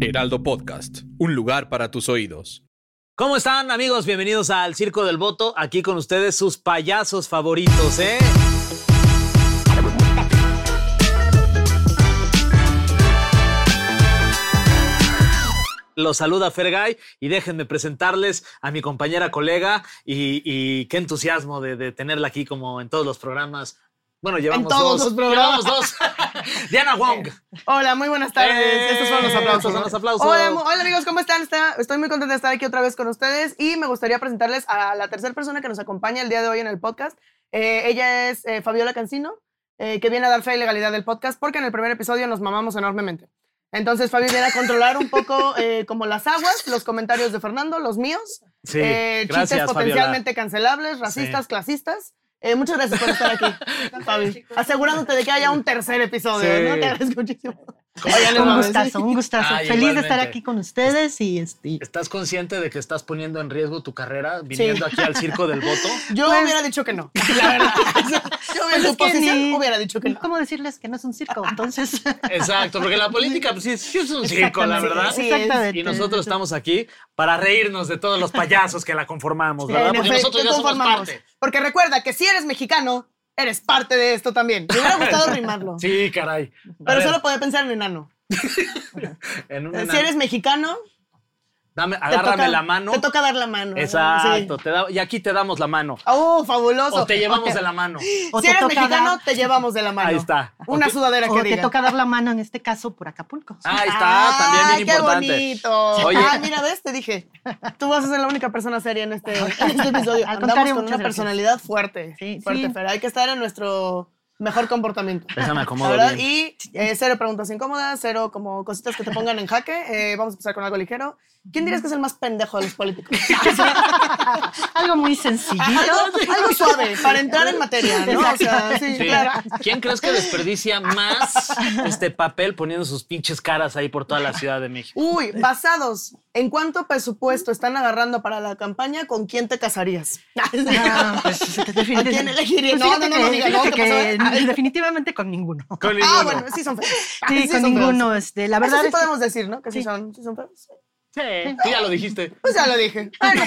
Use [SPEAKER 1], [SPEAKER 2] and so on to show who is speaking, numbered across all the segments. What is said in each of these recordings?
[SPEAKER 1] Heraldo Podcast, un lugar para tus oídos.
[SPEAKER 2] ¿Cómo están amigos? Bienvenidos al Circo del Voto, aquí con ustedes sus payasos favoritos, ¿eh? Los saluda Fergay y déjenme presentarles a mi compañera colega y, y qué entusiasmo de, de tenerla aquí como en todos los programas. Bueno, llevamos
[SPEAKER 3] todos
[SPEAKER 2] dos.
[SPEAKER 3] los programas.
[SPEAKER 2] Llevamos dos. Diana Wong.
[SPEAKER 3] Hola, muy buenas tardes.
[SPEAKER 2] ¡Eh!
[SPEAKER 3] Estos son los aplausos.
[SPEAKER 2] Estos son
[SPEAKER 3] ¿no?
[SPEAKER 2] los aplausos.
[SPEAKER 3] Hola, mu- hola, amigos, ¿cómo están? Está- estoy muy contenta de estar aquí otra vez con ustedes y me gustaría presentarles a la tercera persona que nos acompaña el día de hoy en el podcast. Eh, ella es eh, Fabiola Cancino, eh, que viene a dar fe y legalidad del podcast porque en el primer episodio nos mamamos enormemente. Entonces, Fabi viene a controlar un poco eh, como las aguas, los comentarios de Fernando, los míos,
[SPEAKER 2] Sí,
[SPEAKER 3] eh,
[SPEAKER 2] gracias,
[SPEAKER 3] chistes potencialmente cancelables, racistas,
[SPEAKER 2] Sí.
[SPEAKER 3] clasistas. Eh, muchas gracias por estar aquí, Fabi. Asegurándote de que haya un tercer episodio,
[SPEAKER 2] Sí.
[SPEAKER 3] ¿no? Te agradezco muchísimo.
[SPEAKER 4] Un gustazo, un gustazo.
[SPEAKER 2] Ay,
[SPEAKER 4] Feliz de estar
[SPEAKER 2] igualmente.
[SPEAKER 4] aquí con ustedes y este.
[SPEAKER 2] ¿Estás consciente de que estás poniendo en riesgo tu carrera viniendo aquí al circo del voto?
[SPEAKER 3] Yo
[SPEAKER 4] Pues-
[SPEAKER 3] hubiera dicho que no, la verdad. Yo en
[SPEAKER 4] Pues
[SPEAKER 3] su
[SPEAKER 4] es que
[SPEAKER 3] posición
[SPEAKER 4] ni-
[SPEAKER 3] hubiera dicho que no. Ah.
[SPEAKER 4] ¿Cómo decirles que no es un circo? Entonces.
[SPEAKER 2] Exacto, porque la política pues, sí, sí es un circo, la
[SPEAKER 4] Exactamente,
[SPEAKER 2] verdad.
[SPEAKER 3] Sí,
[SPEAKER 4] Exactamente.
[SPEAKER 2] Y nosotros estamos aquí para reírnos de todos los payasos que la conformamos,
[SPEAKER 3] Eh,
[SPEAKER 2] Pues, ¿verdad?
[SPEAKER 3] en
[SPEAKER 2] Porque
[SPEAKER 3] efecto,
[SPEAKER 2] nosotros ya somos
[SPEAKER 3] conformamos.
[SPEAKER 2] parte.
[SPEAKER 3] Porque recuerda que si eres mexicano, eres parte de esto también. Me hubiera gustado rimarlo.
[SPEAKER 2] Sí, caray. A
[SPEAKER 3] Pero
[SPEAKER 2] ver,
[SPEAKER 3] solo podía pensar en enano.
[SPEAKER 2] en un
[SPEAKER 3] Si
[SPEAKER 2] enano.
[SPEAKER 3] eres mexicano,
[SPEAKER 2] Dame,
[SPEAKER 3] te
[SPEAKER 2] agárrame
[SPEAKER 3] toca-
[SPEAKER 2] la mano.
[SPEAKER 3] Te toca dar la mano.
[SPEAKER 2] Exacto,
[SPEAKER 3] Sí.
[SPEAKER 2] te da- y aquí te damos la mano.
[SPEAKER 3] Oh, fabuloso.
[SPEAKER 2] O te llevamos
[SPEAKER 3] Ok.
[SPEAKER 2] de la mano.
[SPEAKER 4] O
[SPEAKER 3] si
[SPEAKER 4] te
[SPEAKER 3] eres
[SPEAKER 4] toca
[SPEAKER 3] mexicano,
[SPEAKER 4] dar-
[SPEAKER 3] te llevamos de la mano.
[SPEAKER 2] Ahí está.
[SPEAKER 3] Una
[SPEAKER 2] Ok.
[SPEAKER 3] sudadera
[SPEAKER 4] O
[SPEAKER 3] que
[SPEAKER 4] te
[SPEAKER 3] diga. Ah.
[SPEAKER 4] toca dar la mano, en este caso, por Acapulco.
[SPEAKER 2] Ahí está, también bien
[SPEAKER 3] qué
[SPEAKER 2] importante.
[SPEAKER 3] bonito.
[SPEAKER 2] Oye.
[SPEAKER 3] Ah, mira, ves, te dije. Tú vas a ser la única persona seria en este, en este episodio.
[SPEAKER 4] este Al
[SPEAKER 3] Andamos
[SPEAKER 4] contrario,
[SPEAKER 3] con una
[SPEAKER 4] muchas gracias.
[SPEAKER 3] personalidad fuerte.
[SPEAKER 4] Sí,
[SPEAKER 3] fuerte,
[SPEAKER 4] sí.
[SPEAKER 3] pero hay que estar en nuestro mejor comportamiento.
[SPEAKER 2] Déjame acomodo
[SPEAKER 3] ¿Verdad?
[SPEAKER 2] bien.
[SPEAKER 3] Y eh, cero preguntas incómodas, cero como cositas que te pongan en jaque. Eh, vamos a empezar con algo ligero. ¿Quién dirías que es el más pendejo de los políticos?
[SPEAKER 4] Algo muy sencillito.
[SPEAKER 3] algo, algo suave, para entrar en materia, ¿no? O sea, sí,
[SPEAKER 2] Sí.
[SPEAKER 3] claro.
[SPEAKER 2] ¿Quién crees que desperdicia más este papel poniendo sus pinches caras ahí por toda la Ciudad de México?
[SPEAKER 3] Uy, basados en cuánto presupuesto están agarrando para la campaña, ¿con quién te casarías?
[SPEAKER 4] Ah, pues, definitivamente-
[SPEAKER 3] ¿A quién elegirías? No,
[SPEAKER 4] fíjate
[SPEAKER 3] no, no, no
[SPEAKER 4] que-
[SPEAKER 3] digas, no,
[SPEAKER 4] fíjate
[SPEAKER 3] ¿qué pasó?
[SPEAKER 4] que definitivamente con ninguno.
[SPEAKER 2] Con
[SPEAKER 3] Ah,
[SPEAKER 2] ninguno.
[SPEAKER 3] bueno, sí son feos.
[SPEAKER 4] Sí,
[SPEAKER 3] Sí
[SPEAKER 4] con
[SPEAKER 3] son
[SPEAKER 4] ninguno. Este, la
[SPEAKER 3] La verdad
[SPEAKER 4] verdad
[SPEAKER 3] sí
[SPEAKER 4] es que-
[SPEAKER 3] podemos decir, ¿no? Que sí,
[SPEAKER 4] sí.
[SPEAKER 3] son, sí son feos.
[SPEAKER 2] Sí, tú ya lo dijiste.
[SPEAKER 3] Pues ya lo dije. Bueno,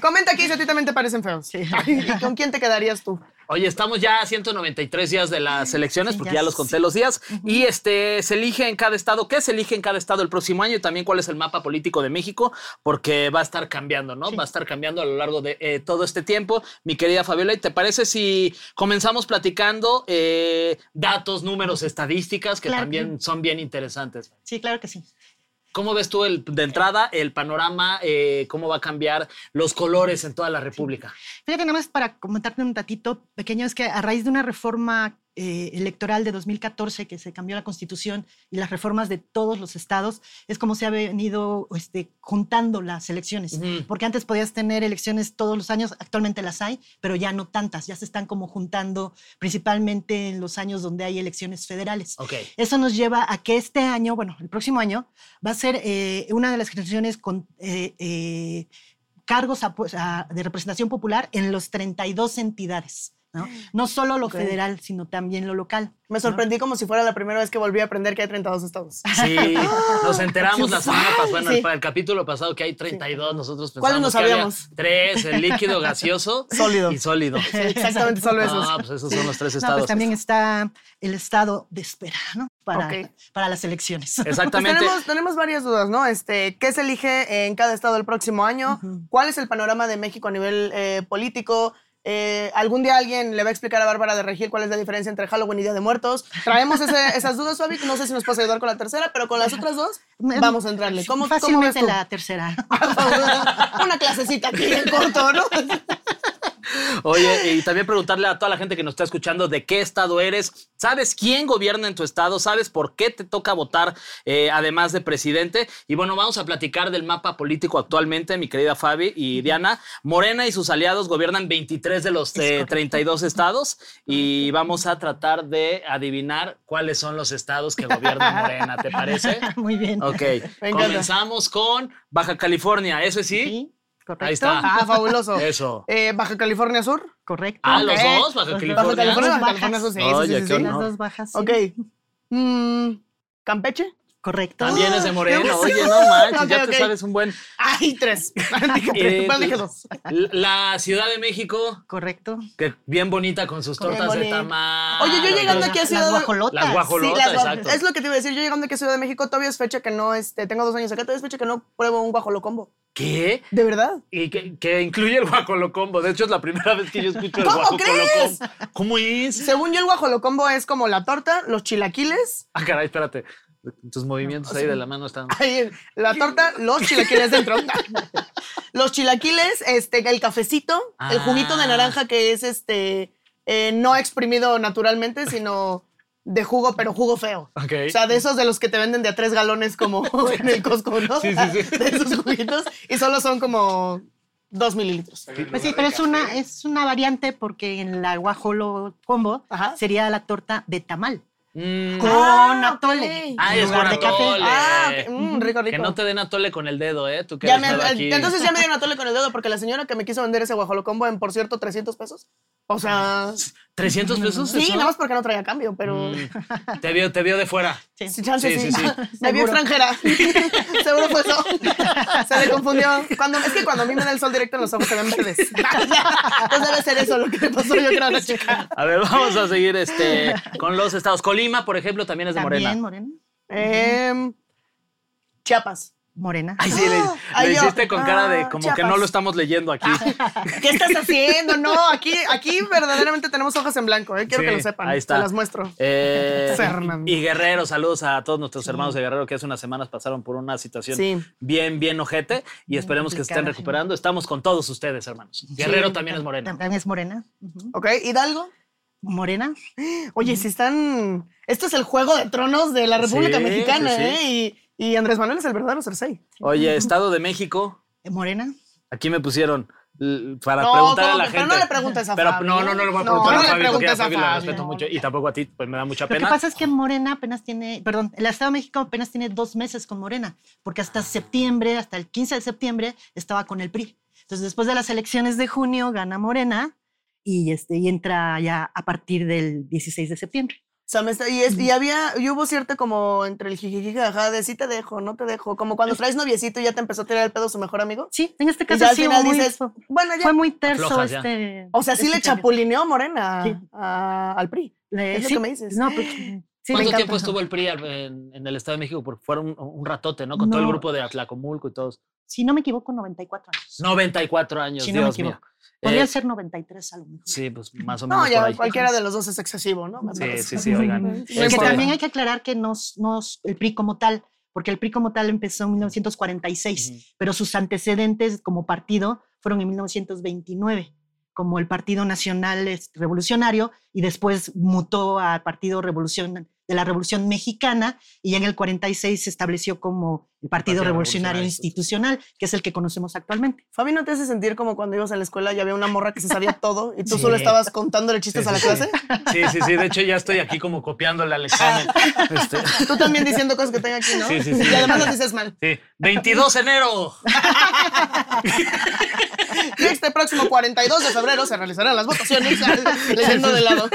[SPEAKER 3] comenta aquí si a ti también te parecen feos. ¿Y con quién te quedarías tú?
[SPEAKER 2] Oye, estamos ya a 193 días de las elecciones,
[SPEAKER 4] Sí,
[SPEAKER 2] porque
[SPEAKER 4] ya
[SPEAKER 2] ya los
[SPEAKER 4] sí.
[SPEAKER 2] conté los días. Y este se elige en cada estado. ¿Qué se elige en cada estado el próximo año? Y también cuál es el mapa político de México, porque va a estar cambiando, ¿no? Va a estar cambiando a lo largo de eh, todo este tiempo. Mi querida Fabiola, ¿y ¿te parece si comenzamos platicando eh, datos, números, estadísticas que
[SPEAKER 4] Claro.
[SPEAKER 2] también son bien interesantes?
[SPEAKER 4] Sí, claro que sí.
[SPEAKER 2] ¿Cómo ves tú el, de entrada el panorama? eh, ¿Cómo va a cambiar los colores en toda la República?
[SPEAKER 4] Fíjate, nada más para comentarte un ratito pequeño, es que a raíz de una reforma eh, electoral de 2014, que se cambió la constitución y las reformas de todos los estados, es como se ha venido este, juntando las elecciones.
[SPEAKER 2] Ujú.
[SPEAKER 4] Porque antes podías tener elecciones todos los años, actualmente las hay, pero ya no tantas, ya se están como juntando principalmente en los años donde hay elecciones federales.
[SPEAKER 2] Ok.
[SPEAKER 4] Eso nos lleva a que este año, bueno, el próximo año, va a ser eh, una de las generaciones con eh, eh, cargos a pu- a- de representación popular en los 32 entidades. No, no solo lo
[SPEAKER 3] Ok.
[SPEAKER 4] federal, sino también lo local.
[SPEAKER 3] Me
[SPEAKER 4] ¿no?
[SPEAKER 3] sorprendí como si fuera la primera vez que volví a aprender que hay 32 estados.
[SPEAKER 2] Sí, nos enteramos la semana pasada, bueno,
[SPEAKER 3] Sí.
[SPEAKER 2] el, pa- el capítulo pasado que hay 32, nosotros pensamos
[SPEAKER 3] ¿Cuáles nos
[SPEAKER 2] que había
[SPEAKER 3] sabíamos?
[SPEAKER 2] tres, el líquido gaseoso
[SPEAKER 3] Sólido.
[SPEAKER 2] y sólido.
[SPEAKER 3] Exactamente, solo esos.
[SPEAKER 2] No, pues esos son los tres
[SPEAKER 4] No, pues
[SPEAKER 2] estados.
[SPEAKER 4] también está el estado de espera, ¿no? Para,
[SPEAKER 3] Ok.
[SPEAKER 4] para las elecciones.
[SPEAKER 2] Eh,
[SPEAKER 3] Pues
[SPEAKER 2] Exactamente.
[SPEAKER 3] tenemos, tenemos varias dudas, ¿no? Este, ¿Qué se elige en cada estado el próximo año? ¿Cuál es el panorama de México a nivel eh, político? Eh, ¿Algún día alguien le va a explicar a Bárbara de Regil cuál es la diferencia entre Halloween y Día de Muertos? Traemos ese- esas dudas, Fabi. No sé si nos puedes ayudar con la tercera, pero con las otras dos vamos a entrarle. ¿Cómo, cómo ves
[SPEAKER 4] Fácilmente
[SPEAKER 3] tú?
[SPEAKER 4] la tercera.
[SPEAKER 3] Una clasecita aquí en corto, ¿no?
[SPEAKER 2] Oye, y también preguntarle a toda la gente que nos está escuchando de qué estado eres. ¿Sabes quién gobierna en tu estado? ¿Sabes por qué te toca votar eh, además de presidente? Y bueno, vamos a platicar del mapa político actualmente, mi querida Fabi y Diana. Morena y sus aliados gobiernan 23 de los eh, 32 estados y vamos a tratar de adivinar cuáles son los estados que gobierna Morena. ¿Te parece?
[SPEAKER 4] Muy bien.
[SPEAKER 2] Ok,
[SPEAKER 3] encanta.
[SPEAKER 2] comenzamos con Baja California. ¿Ese sí?
[SPEAKER 4] Sí, correcto.
[SPEAKER 2] Ahí está.
[SPEAKER 3] Ah, fabuloso.
[SPEAKER 2] Eso.
[SPEAKER 3] Eh, Baja California Sur.
[SPEAKER 4] Correcto.
[SPEAKER 2] Ah, los
[SPEAKER 3] ok.
[SPEAKER 2] dos, Baja
[SPEAKER 3] Baja
[SPEAKER 4] Los dos.
[SPEAKER 2] California.
[SPEAKER 3] California, Baja
[SPEAKER 4] Bajas.
[SPEAKER 3] California Sur. Sí,
[SPEAKER 1] Oye,
[SPEAKER 3] sí, sí,
[SPEAKER 1] qué
[SPEAKER 3] sí.
[SPEAKER 4] Las
[SPEAKER 1] ¿no?
[SPEAKER 4] dos bajas. sí.
[SPEAKER 3] Ok. Mm, ¿Campeche?
[SPEAKER 4] Correcto.
[SPEAKER 2] También es de Morena.
[SPEAKER 3] emoción!
[SPEAKER 2] Oye, no manches, ya
[SPEAKER 3] Ah, Ok,
[SPEAKER 2] te
[SPEAKER 3] ok.
[SPEAKER 2] sabes un buen.
[SPEAKER 3] Ay, tres. dije tres.
[SPEAKER 2] Eh,
[SPEAKER 3] Bueno, dije dos.
[SPEAKER 2] La Ciudad de México,
[SPEAKER 4] Correcto.
[SPEAKER 2] que bien bonita con sus
[SPEAKER 3] Bien
[SPEAKER 2] tortas de
[SPEAKER 3] bonita.
[SPEAKER 2] tamal.
[SPEAKER 3] Oye, yo llegando
[SPEAKER 4] Las-
[SPEAKER 3] aquí a Ciudad
[SPEAKER 4] Ah, Las
[SPEAKER 3] de-
[SPEAKER 4] guajolotas.
[SPEAKER 2] Las guajolotas.
[SPEAKER 3] Sí, las gua-
[SPEAKER 2] exacto.
[SPEAKER 3] es lo que te iba a decir. Yo llegando aquí a Ciudad de México, todavía es fecha que no, este, tengo dos años acá, todavía es fecha que no pruebo un guajolo combo.
[SPEAKER 2] ¿Qué?
[SPEAKER 3] ¿De verdad?
[SPEAKER 2] Y que, que incluye el guacolocombo. De hecho, es la primera vez que yo escucho el
[SPEAKER 3] ¿Cómo
[SPEAKER 2] guacolocombo.
[SPEAKER 3] crees?
[SPEAKER 2] ¿Cómo es?
[SPEAKER 3] Según yo, el guajolo combo es como la torta, los chilaquiles.
[SPEAKER 2] Ah, caray, espérate. Tus movimientos ahí de la mano están.
[SPEAKER 3] Ahí, la torta, los chilaquiles dentro. los chilaquiles, este, el cafecito, el juguito
[SPEAKER 2] Ah.
[SPEAKER 3] de naranja que es este eh, no exprimido naturalmente, sino de jugo, pero jugo feo.
[SPEAKER 2] Ok.
[SPEAKER 3] O sea, de esos de los que te venden de a tres galones como en el Costco, ¿no?
[SPEAKER 2] Sí, sí, sí.
[SPEAKER 3] De esos juguitos. Y solo son como dos mililitros.
[SPEAKER 4] Pues sí, pero es una, es una variante porque en la guajolo combo
[SPEAKER 3] Ajá.
[SPEAKER 4] sería la torta de tamal
[SPEAKER 2] Mm.
[SPEAKER 4] con
[SPEAKER 3] Ah,
[SPEAKER 4] atole.
[SPEAKER 3] ok.
[SPEAKER 2] Ah,
[SPEAKER 4] en
[SPEAKER 2] es
[SPEAKER 4] lugar
[SPEAKER 2] con
[SPEAKER 4] de café.
[SPEAKER 2] atole.
[SPEAKER 3] Ah, ok. Mm, rico, rico.
[SPEAKER 2] Que no te den atole con el dedo, ¿eh? Tú que
[SPEAKER 3] Ya
[SPEAKER 2] eres
[SPEAKER 3] me-
[SPEAKER 2] nueva aquí.
[SPEAKER 3] entonces ya me dieron a tole con el dedo porque la señora que me quiso vender ese guajolocombo en, por cierto, 300 pesos. O sea,
[SPEAKER 2] ¿300 pesos?
[SPEAKER 3] sí,
[SPEAKER 2] eso?
[SPEAKER 3] nada más porque no traía cambio, pero...
[SPEAKER 2] Mm. Te vio, te vio de fuera.
[SPEAKER 3] Sí, chance,
[SPEAKER 2] Sí,
[SPEAKER 3] sí,
[SPEAKER 2] sí, sí.
[SPEAKER 3] Me vio
[SPEAKER 4] Seguro.
[SPEAKER 3] extranjera. Seguro fue eso. Se le confundió. Cuando, es que cuando a mí me da el sol directo en los ojos se ven verdes. Entonces pues debe ser eso lo que le pasó yo creo a la chica.
[SPEAKER 2] A ver, vamos a seguir este, con los estados. Colima, por ejemplo, también es de Morena.
[SPEAKER 4] También morena.
[SPEAKER 3] Em, Chiapas.
[SPEAKER 4] Morena.
[SPEAKER 2] Ay, sí, le, le
[SPEAKER 3] Ay, yo.
[SPEAKER 2] hiciste con cara de
[SPEAKER 3] Ah,
[SPEAKER 2] como que
[SPEAKER 3] Chiapas. Ah.
[SPEAKER 2] no lo estamos leyendo aquí.
[SPEAKER 3] ¿Qué estás haciendo? No, aquí, aquí verdaderamente tenemos hojas en blanco. eh. Quiero
[SPEAKER 2] Sí,
[SPEAKER 3] que lo sepan.
[SPEAKER 2] ahí está.
[SPEAKER 3] Se las muestro.
[SPEAKER 2] Eh,
[SPEAKER 3] Fernando.
[SPEAKER 2] y Guerrero, saludos a todos nuestros hermanos de Guerrero que hace unas semanas pasaron por una situación
[SPEAKER 3] Sí.
[SPEAKER 2] bien, bien ojete y esperemos que se estén
[SPEAKER 4] complicada,
[SPEAKER 2] recuperando. Estamos con todos ustedes, hermanos. Guerrero también es moreno.
[SPEAKER 4] También es morena. Ujú.
[SPEAKER 3] ¿Ok? ¿Hidalgo?
[SPEAKER 4] Morena.
[SPEAKER 3] Oye, si están. Este es el juego de tronos de la República
[SPEAKER 2] Sí,
[SPEAKER 3] Mexicana,
[SPEAKER 2] sí,
[SPEAKER 3] ¿eh? Y, y Andrés Manuel es el verdadero Cersei.
[SPEAKER 2] Oye, Estado de México,
[SPEAKER 4] eh, Morena.
[SPEAKER 2] aquí me pusieron l- para
[SPEAKER 3] No,
[SPEAKER 2] preguntar a
[SPEAKER 3] ¿cómo
[SPEAKER 2] la
[SPEAKER 3] que?
[SPEAKER 2] gente.
[SPEAKER 3] Pero no le preguntes a
[SPEAKER 2] Pero
[SPEAKER 3] Fabi. ¿eh?
[SPEAKER 2] no, no, no le voy a
[SPEAKER 3] No,
[SPEAKER 2] preguntar
[SPEAKER 3] no
[SPEAKER 2] a
[SPEAKER 3] le
[SPEAKER 2] Fabi porque a
[SPEAKER 3] preguntes a
[SPEAKER 2] Fabi la
[SPEAKER 3] Fabi.
[SPEAKER 2] respeto
[SPEAKER 3] No,
[SPEAKER 2] mucho y tampoco a ti, pues me da mucha
[SPEAKER 4] Lo que
[SPEAKER 2] pena.
[SPEAKER 4] pasa es que Morena apenas tiene, perdón, el Estado de México apenas tiene dos meses con Morena, porque
[SPEAKER 3] Ah.
[SPEAKER 4] hasta septiembre, hasta el 15 de septiembre, estaba con el PRI. Entonces, después de las elecciones de junio, gana Morena y, este, y entra ya a partir del 16 de septiembre.
[SPEAKER 3] O sea, me está- y, es- y había, y hubo cierta como entre el jijiji jajaja de sí te dejo, no te dejo, como cuando traes noviecito y ya te empezó a tirar el pedo su mejor amigo.
[SPEAKER 4] Sí, en este
[SPEAKER 3] Y
[SPEAKER 4] caso
[SPEAKER 3] ya al
[SPEAKER 4] sí,
[SPEAKER 3] final
[SPEAKER 4] muy-
[SPEAKER 3] dices, bueno, ya.
[SPEAKER 4] fue muy terso
[SPEAKER 2] Aflojas ya.
[SPEAKER 4] este.
[SPEAKER 3] O sea, sí
[SPEAKER 4] este
[SPEAKER 3] le
[SPEAKER 4] cambio.
[SPEAKER 3] chapulineó Morena
[SPEAKER 4] Sí.
[SPEAKER 3] a- al PRI.
[SPEAKER 4] Le-
[SPEAKER 3] es lo
[SPEAKER 4] sí,
[SPEAKER 3] que me dices.
[SPEAKER 4] No, pues, sí,
[SPEAKER 2] ¿Cuánto
[SPEAKER 4] me
[SPEAKER 2] tiempo
[SPEAKER 4] encanta.
[SPEAKER 2] estuvo el PRI al- en, en el Estado de México? Porque fueron un, un ratote, ¿no? Con todo el
[SPEAKER 4] No.
[SPEAKER 2] grupo de Atlacomulco y todos.
[SPEAKER 4] Si no me equivoco, 94 años.
[SPEAKER 2] 94 años,
[SPEAKER 4] Si no me
[SPEAKER 2] Dios mío.
[SPEAKER 4] equivoco. Podría
[SPEAKER 2] Eh,
[SPEAKER 4] ser 93 a lo mejor.
[SPEAKER 2] Sí, pues más o menos
[SPEAKER 3] No,
[SPEAKER 2] por
[SPEAKER 3] ya
[SPEAKER 2] ahí.
[SPEAKER 3] cualquiera de los dos es excesivo, ¿no? Más o
[SPEAKER 2] Sí,
[SPEAKER 3] menos.
[SPEAKER 2] sí, sí, oigan.
[SPEAKER 3] Que
[SPEAKER 4] que
[SPEAKER 2] Este,
[SPEAKER 4] también hay que aclarar que no, s- no s- el PRI como tal, porque el PRI como tal empezó en 1946,
[SPEAKER 2] Ujú.
[SPEAKER 4] pero sus antecedentes como partido fueron en 1929, como el Partido Nacional es- Revolucionario, y después mutó al Partido Revolución de la Revolución Mexicana, y ya en el 46 se estableció como el Partido,
[SPEAKER 2] Partido
[SPEAKER 4] Revolucionario
[SPEAKER 2] Revolucionario
[SPEAKER 4] Institucional, que es el que conocemos actualmente.
[SPEAKER 3] Fabi, ¿no te hace sentir como cuando ibas a la escuela y había una morra que se sabía todo y tú
[SPEAKER 2] Sí.
[SPEAKER 3] solo estabas contándole chistes
[SPEAKER 2] Sí,
[SPEAKER 3] a la
[SPEAKER 2] sí,
[SPEAKER 3] clase?
[SPEAKER 2] Sí, sí, sí. De hecho, ya estoy aquí como copiándole al examen. Este,
[SPEAKER 3] Tú también diciendo cosas que tengo aquí, ¿no?
[SPEAKER 2] Sí, sí, sí.
[SPEAKER 3] Y además las dices mal.
[SPEAKER 2] sí. 22 de enero.
[SPEAKER 3] Y este próximo 42 de febrero se realizarán las votaciones, leyendo de lado.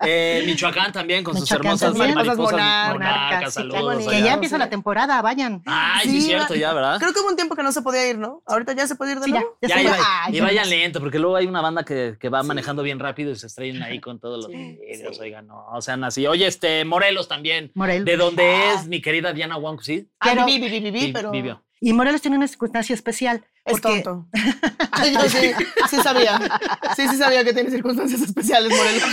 [SPEAKER 2] Eh, Michoacán también con sus
[SPEAKER 4] Michoacán
[SPEAKER 2] hermosas
[SPEAKER 4] también.
[SPEAKER 2] mariposas
[SPEAKER 3] Cosas
[SPEAKER 2] monarcas.
[SPEAKER 3] monarcas,
[SPEAKER 4] Monarcas, sí, claro,
[SPEAKER 2] saludos. Ah,
[SPEAKER 3] bonito.
[SPEAKER 4] que
[SPEAKER 2] allá.
[SPEAKER 4] ya empieza la temporada, vayan.
[SPEAKER 2] Ay, sí,
[SPEAKER 3] Sí,
[SPEAKER 2] cierto, ya, ¿verdad?
[SPEAKER 3] Creo que hubo un tiempo que no se podía ir, ¿no? Ahorita ya se puede ir de
[SPEAKER 4] Sí, ya,
[SPEAKER 3] nuevo.
[SPEAKER 4] ya
[SPEAKER 2] Ya,
[SPEAKER 4] se
[SPEAKER 2] y,
[SPEAKER 4] va.
[SPEAKER 2] va-
[SPEAKER 3] Ay,
[SPEAKER 2] y
[SPEAKER 3] ya
[SPEAKER 2] vayan lento, porque luego hay una banda que, que va manejando bien rápido y se estrellan ahí con todos los videos, oigan, no, o sea, así. Oye, este, Morelos también,
[SPEAKER 4] Morelos.
[SPEAKER 2] de donde es mi querida Diana Wong, ¿sí?
[SPEAKER 3] Ah,
[SPEAKER 4] Pero-
[SPEAKER 3] viví, viví, viví,
[SPEAKER 2] Vi-
[SPEAKER 3] pero...
[SPEAKER 2] Vivió.
[SPEAKER 4] Y Morelos tiene una circunstancia especial.
[SPEAKER 3] Es
[SPEAKER 4] porque-
[SPEAKER 3] tonto. Ay, yo sí, sí sabía. Sí, sí sabía que tiene circunstancias especiales, Morelos.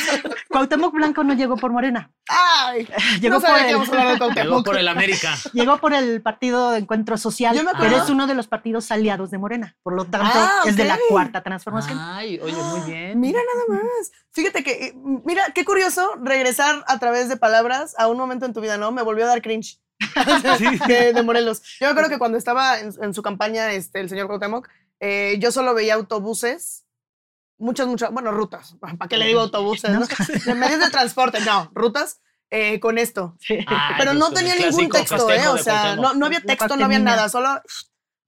[SPEAKER 4] Cuauhtémoc Blanco no llegó por Morena.
[SPEAKER 3] Ay,
[SPEAKER 4] Llegó
[SPEAKER 3] no sabía
[SPEAKER 4] por
[SPEAKER 3] que
[SPEAKER 4] el-
[SPEAKER 3] íbamos a hablar de
[SPEAKER 2] Llegó
[SPEAKER 3] Cuauhtémoc.
[SPEAKER 2] por el América.
[SPEAKER 4] Llegó por el partido de Encuentro Social,
[SPEAKER 3] Yo me acuerdo.
[SPEAKER 4] pero es uno de los partidos aliados de Morena. Por lo tanto,
[SPEAKER 3] Ah,
[SPEAKER 4] es de la
[SPEAKER 3] ok.
[SPEAKER 4] cuarta transformación.
[SPEAKER 2] Ay, oye, muy bien.
[SPEAKER 3] Mira nada más. Fíjate que, eh, mira, qué curioso regresar a través de palabras a un momento en tu vida, ¿no? Me volvió a dar cringe de, de Morelos. Yo me acuerdo que cuando estaba en, en su campaña este, el señor Cuauhtémoc, eh, yo solo veía autobuses, muchas, muchas, bueno, rutas. ¿Para qué le digo autobuses? no? De medios de transporte, no, rutas eh, con esto.
[SPEAKER 4] Sí.
[SPEAKER 2] Ay,
[SPEAKER 3] Pero
[SPEAKER 2] pues,
[SPEAKER 3] no
[SPEAKER 2] el
[SPEAKER 3] tenía ningún
[SPEAKER 2] clásico
[SPEAKER 3] texto,
[SPEAKER 2] festejo
[SPEAKER 3] ¿eh? O
[SPEAKER 2] de
[SPEAKER 3] sea,
[SPEAKER 2] Cuauhtémoc.
[SPEAKER 3] no, no había
[SPEAKER 4] La
[SPEAKER 3] texto, no había
[SPEAKER 4] pastelina.
[SPEAKER 3] nada, solo...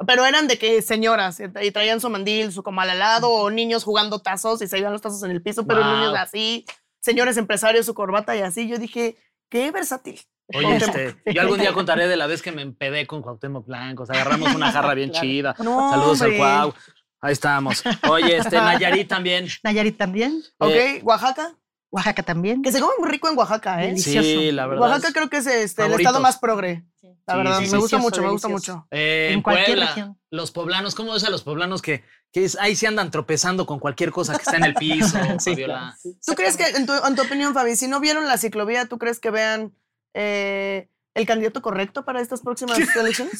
[SPEAKER 3] Pero eran de que señoras eh, y traían su mandil, su comal al lado, o niños jugando tazos y se iban los tazos en el piso, pero
[SPEAKER 2] Wow.
[SPEAKER 3] niños así, señores empresarios, su corbata y así. Yo dije, qué versátil.
[SPEAKER 2] Oye,
[SPEAKER 3] Cuauhtémoc.
[SPEAKER 2] este, yo algún día contaré de la vez que me empedé con Cuauhtémoc Blanco. O sea, agarramos una jarra bien
[SPEAKER 4] Claro.
[SPEAKER 2] chida.
[SPEAKER 3] No,
[SPEAKER 2] Saludos al
[SPEAKER 3] hombre.
[SPEAKER 2] Cuau. Ahí estamos. Oye, este, Nayarit también.
[SPEAKER 4] Nayarit también,
[SPEAKER 2] Eh,
[SPEAKER 3] Ok, Oaxaca,
[SPEAKER 4] Oaxaca también.
[SPEAKER 3] que se come muy rico en Oaxaca, ¿eh?
[SPEAKER 4] Delicioso.
[SPEAKER 2] Sí, la verdad.
[SPEAKER 3] Oaxaca creo que es este, el
[SPEAKER 2] Favoritos.
[SPEAKER 3] estado más progre. La
[SPEAKER 2] Sí,
[SPEAKER 3] verdad,
[SPEAKER 2] sí,
[SPEAKER 3] me gusta
[SPEAKER 4] delicioso,
[SPEAKER 3] mucho, me gusta
[SPEAKER 4] delicioso.
[SPEAKER 3] mucho.
[SPEAKER 2] Eh,
[SPEAKER 4] En
[SPEAKER 2] en
[SPEAKER 4] cualquier
[SPEAKER 2] Puebla,
[SPEAKER 4] región.
[SPEAKER 2] los poblanos, ¿cómo ves a los poblanos que, que es- ahí se andan tropezando con cualquier cosa que está en el piso? Fabiola?
[SPEAKER 3] ¿Tú crees que, en tu, en tu opinión, Fabi, si no vieron la ciclovía, ¿tú crees que vean eh, el candidato correcto para estas próximas elecciones?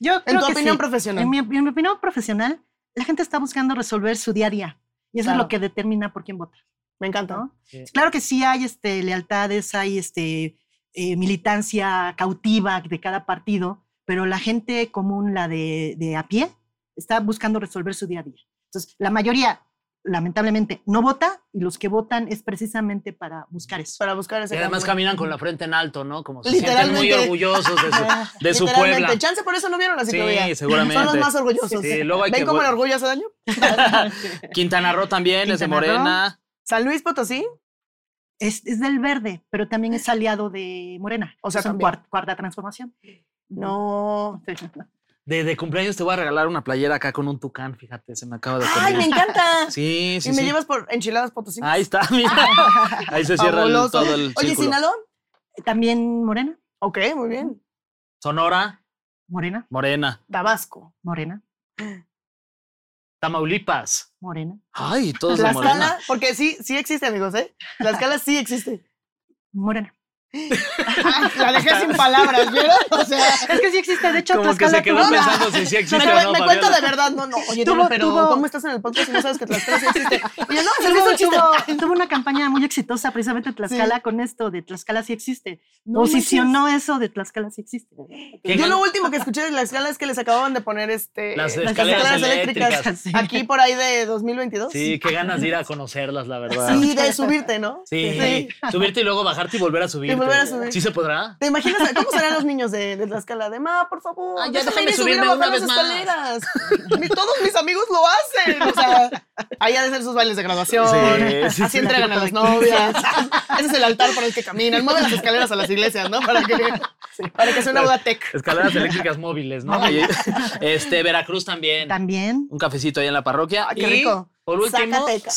[SPEAKER 4] Yo
[SPEAKER 3] En
[SPEAKER 4] creo
[SPEAKER 3] tu
[SPEAKER 4] que
[SPEAKER 3] opinión
[SPEAKER 4] sí.
[SPEAKER 3] profesional.
[SPEAKER 4] En mi, en mi opinión profesional, la gente está buscando resolver su día a día. Y eso
[SPEAKER 3] Claro.
[SPEAKER 4] es lo que determina por quién vota.
[SPEAKER 3] Me encanta.
[SPEAKER 4] ¿no?
[SPEAKER 2] Sí.
[SPEAKER 4] Claro que sí hay este, lealtades, hay este, eh, militancia cautiva de cada partido, pero la gente común, la de, de a pie, está buscando resolver su día a día. Entonces, la mayoría, lamentablemente, no vota y los que votan es precisamente para buscar eso.
[SPEAKER 3] Para buscar
[SPEAKER 2] Y
[SPEAKER 3] ese.
[SPEAKER 2] además
[SPEAKER 3] cambio.
[SPEAKER 2] caminan con la frente en alto, ¿no? Como se sienten muy
[SPEAKER 3] Literalmente.
[SPEAKER 2] orgullosos de su,
[SPEAKER 3] Ah,
[SPEAKER 2] de su
[SPEAKER 3] literalmente.
[SPEAKER 2] Puebla.
[SPEAKER 3] Chance por eso no vieron la ciclovía.
[SPEAKER 2] Sí, seguramente.
[SPEAKER 3] Son los más orgullosos.
[SPEAKER 2] Sí, luego hay
[SPEAKER 3] ¿Ven
[SPEAKER 2] que
[SPEAKER 3] cómo
[SPEAKER 2] vol-
[SPEAKER 3] el orgullo hace daño?
[SPEAKER 2] Quintana Roo también es de
[SPEAKER 4] Quintana Roo.
[SPEAKER 2] Morena.
[SPEAKER 3] San Luis Potosí,
[SPEAKER 4] Es, es del verde, pero también es aliado de Morena.
[SPEAKER 3] O sea,
[SPEAKER 4] es un
[SPEAKER 3] también.
[SPEAKER 4] cuar- cuarta transformación.
[SPEAKER 3] no.
[SPEAKER 2] De, de cumpleaños te voy a regalar una playera acá con un tucán, fíjate, se me acaba de
[SPEAKER 3] ¡Ay,
[SPEAKER 2] ocurrir.
[SPEAKER 3] me encanta!
[SPEAKER 2] Sí, sí,
[SPEAKER 3] y me
[SPEAKER 2] sí.
[SPEAKER 3] llevas por enchiladas Potosí.
[SPEAKER 2] Ahí está, mira. Ahí se cierra el-
[SPEAKER 3] Fabuloso.
[SPEAKER 2] todo el
[SPEAKER 3] Oye,
[SPEAKER 2] círculo.
[SPEAKER 3] Sinaloa.
[SPEAKER 4] También Morena,
[SPEAKER 3] Ok, muy bien.
[SPEAKER 2] Sonora,
[SPEAKER 4] Morena,
[SPEAKER 2] Morena,
[SPEAKER 3] Tabasco.
[SPEAKER 4] Morena,
[SPEAKER 2] Tamaulipas.
[SPEAKER 4] Morena.
[SPEAKER 2] Ay, todos de Morena.
[SPEAKER 3] Tlaxcala, porque sí, sí existe, amigos, ¿eh? Tlaxcala sí existe.
[SPEAKER 4] Morena.
[SPEAKER 3] Ay, la dejé sin palabras, ¿vieron? O sea.
[SPEAKER 4] Es que sí existe, de hecho,
[SPEAKER 2] Como que
[SPEAKER 4] Tlaxcala
[SPEAKER 2] se quedó
[SPEAKER 4] tuvo-
[SPEAKER 2] pensando si sí existe
[SPEAKER 3] me
[SPEAKER 2] o no,
[SPEAKER 3] me
[SPEAKER 2] Fabiola.
[SPEAKER 3] cuenta de verdad, no, no. Oye,
[SPEAKER 4] Tuvo-
[SPEAKER 3] Diana, pero
[SPEAKER 4] tuvo-
[SPEAKER 3] ¿cómo estás en el podcast si no sabes que Tlaxcala sí existe? Y yo, no, sí, sí, es
[SPEAKER 4] tuvo,
[SPEAKER 3] un chiste.
[SPEAKER 4] tuvo- tuvo una campaña muy exitosa precisamente en Tlaxcala con esto de Tlaxcala sí existe.
[SPEAKER 3] No
[SPEAKER 4] Posicionó eso de Tlaxcala sí existe.
[SPEAKER 2] ¿Qué
[SPEAKER 3] Yo
[SPEAKER 2] gan-
[SPEAKER 3] lo último que escuché de la escala es que les acababan de poner este,
[SPEAKER 2] Las
[SPEAKER 3] eh,
[SPEAKER 2] escaleras eléctricas.
[SPEAKER 4] Sí.
[SPEAKER 3] Aquí por ahí de 2022.
[SPEAKER 2] Sí, qué ganas de ir a conocerlas, la verdad.
[SPEAKER 3] Sí, de subirte, ¿no?
[SPEAKER 2] Sí, subirte y luego bajarte y volver a subirte.
[SPEAKER 3] volver a subir.
[SPEAKER 2] ¿Sí se podrá?
[SPEAKER 3] ¿Te imaginas cómo serán los niños de, de Tlaxcala? De ma, por favor.
[SPEAKER 2] Ah, ya déjame
[SPEAKER 3] ir y subir
[SPEAKER 2] subirme
[SPEAKER 3] a bajar
[SPEAKER 2] una vez más".
[SPEAKER 3] las escaleras. Ni todos mis amigos lo hacen. O sea, ahí ha de ser sus bailes de graduación.
[SPEAKER 2] Sí, sí,
[SPEAKER 3] así entregan a las novias. Ese es el altar por el que caminan. Mueven las escaleras a las iglesias, ¿no? Para que, para que sea una boda tech.
[SPEAKER 2] Escaleras eléctricas móviles, ¿no? este, Veracruz también.
[SPEAKER 4] También.
[SPEAKER 2] Un cafecito ahí en la parroquia.
[SPEAKER 3] Ah, qué
[SPEAKER 2] Y,
[SPEAKER 3] rico.
[SPEAKER 2] Por último, Zacatecas,
[SPEAKER 3] Zacatecas.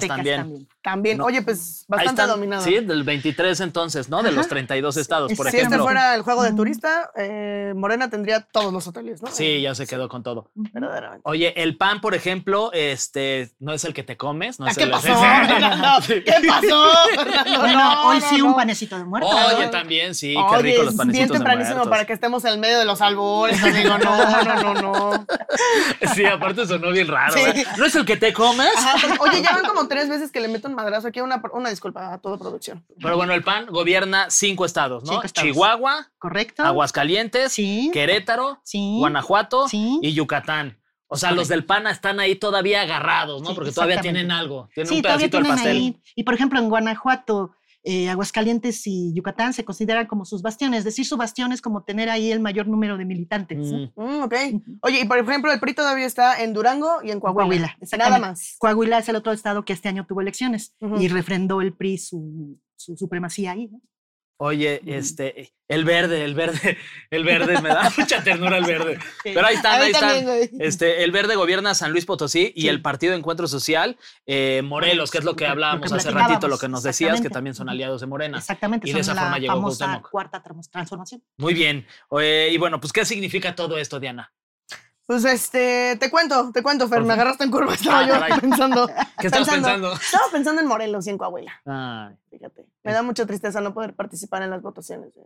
[SPEAKER 4] Zacatecas
[SPEAKER 2] también.
[SPEAKER 3] También.
[SPEAKER 2] No.
[SPEAKER 3] Oye, pues
[SPEAKER 2] Ahí
[SPEAKER 3] bastante
[SPEAKER 2] están,
[SPEAKER 3] dominado.
[SPEAKER 2] Sí, del 23 entonces, ¿no? De los 32 estados, por
[SPEAKER 3] si este
[SPEAKER 2] ejemplo.
[SPEAKER 3] fuera el juego de turista, eh, Morena tendría todos los hoteles, ¿no?
[SPEAKER 2] Sí, ya se quedó con todo.
[SPEAKER 3] Verdaderamente.
[SPEAKER 2] Oye, el pan, por ejemplo, este no es el que te comes, no
[SPEAKER 3] Ah,
[SPEAKER 2] es
[SPEAKER 3] ¿Qué
[SPEAKER 2] el
[SPEAKER 3] pasó?
[SPEAKER 2] es-
[SPEAKER 3] Fernando? ¿Qué pasó? Fernando?
[SPEAKER 4] Bueno,
[SPEAKER 3] No,
[SPEAKER 4] hoy
[SPEAKER 3] no,
[SPEAKER 4] sí
[SPEAKER 3] no.
[SPEAKER 4] un panecito de muerto.
[SPEAKER 2] Oye, también sí, qué
[SPEAKER 3] Oye,
[SPEAKER 2] rico los
[SPEAKER 3] es bien
[SPEAKER 2] panecitos de
[SPEAKER 3] tempranísimo
[SPEAKER 2] muertos.
[SPEAKER 3] para que estemos en medio de los albores, amigo. No, no, no, no.
[SPEAKER 2] Sí, aparte sonó bien raro.
[SPEAKER 3] Sí.
[SPEAKER 2] ¿eh? ¿No es el que te comes?
[SPEAKER 3] Ajá, porque- oye, ya van como tres veces que le meto un madrazo aquí. Una, una disculpa a toda producción.
[SPEAKER 2] Pero bueno, el PAN gobierna cinco estados, ¿no?
[SPEAKER 4] Cinco estados.
[SPEAKER 2] Chihuahua,
[SPEAKER 4] ¿Correcto?
[SPEAKER 2] Aguascalientes,
[SPEAKER 4] Sí.
[SPEAKER 2] Querétaro,
[SPEAKER 4] Sí.
[SPEAKER 2] Guanajuato
[SPEAKER 4] Sí.
[SPEAKER 2] y Yucatán. O sea, los
[SPEAKER 4] Correcto.
[SPEAKER 2] del PAN están ahí todavía agarrados, ¿no?
[SPEAKER 4] Sí,
[SPEAKER 2] Porque todavía
[SPEAKER 4] exactamente.
[SPEAKER 2] tienen algo, tienen
[SPEAKER 4] Sí,
[SPEAKER 2] un
[SPEAKER 4] todavía
[SPEAKER 2] pedacito del
[SPEAKER 4] tienen
[SPEAKER 2] pastel.
[SPEAKER 4] ahí. Y por ejemplo, en Guanajuato, eh, Aguascalientes y Yucatán se consideran como sus bastiones. Decir su bastión es como tener ahí el mayor número de militantes. ¿no?
[SPEAKER 2] Mm.
[SPEAKER 3] Mm, ok. Oye, y por ejemplo, el PRI todavía está en Durango y en
[SPEAKER 4] Coahuila,
[SPEAKER 3] Coahuila. Nada
[SPEAKER 4] exactamente.
[SPEAKER 3] más.
[SPEAKER 4] Coahuila es el otro estado que este año tuvo elecciones
[SPEAKER 3] Ujú.
[SPEAKER 4] y refrendó el PRI su, su supremacía ahí. ¿no?
[SPEAKER 2] Oye, este, el verde, el verde, el verde, me da mucha ternura el verde. Pero ahí están,
[SPEAKER 3] A mí
[SPEAKER 2] ahí están.
[SPEAKER 3] también, güey.
[SPEAKER 2] Este, el verde gobierna San Luis Potosí y el Partido Encuentro Social, eh, Morelos, que es lo que
[SPEAKER 4] Lo que
[SPEAKER 2] hablábamos hace
[SPEAKER 4] platicábamos,
[SPEAKER 2] ratito, lo que nos decías, que
[SPEAKER 4] exactamente.
[SPEAKER 2] también son aliados de Morena.
[SPEAKER 4] Exactamente,
[SPEAKER 2] Y
[SPEAKER 4] son
[SPEAKER 2] de esa
[SPEAKER 4] la
[SPEAKER 2] forma llegó
[SPEAKER 4] famosa
[SPEAKER 2] Cuauhtémoc.
[SPEAKER 4] cuarta trans- transformación.
[SPEAKER 2] Muy bien. Eh, y bueno, pues, ¿qué significa todo esto, Diana?
[SPEAKER 3] Pues este, te cuento, te cuento, Fer,
[SPEAKER 2] Por
[SPEAKER 3] me
[SPEAKER 2] favor.
[SPEAKER 3] agarraste en curva, estaba
[SPEAKER 2] Ah,
[SPEAKER 3] yo
[SPEAKER 2] caray.
[SPEAKER 3] pensando.
[SPEAKER 2] ¿Qué estás pensando?
[SPEAKER 3] Estaba pensando en Morelos y en Coahuila,
[SPEAKER 2] Ay,
[SPEAKER 3] fíjate. Me da mucha tristeza no poder participar en las votaciones de,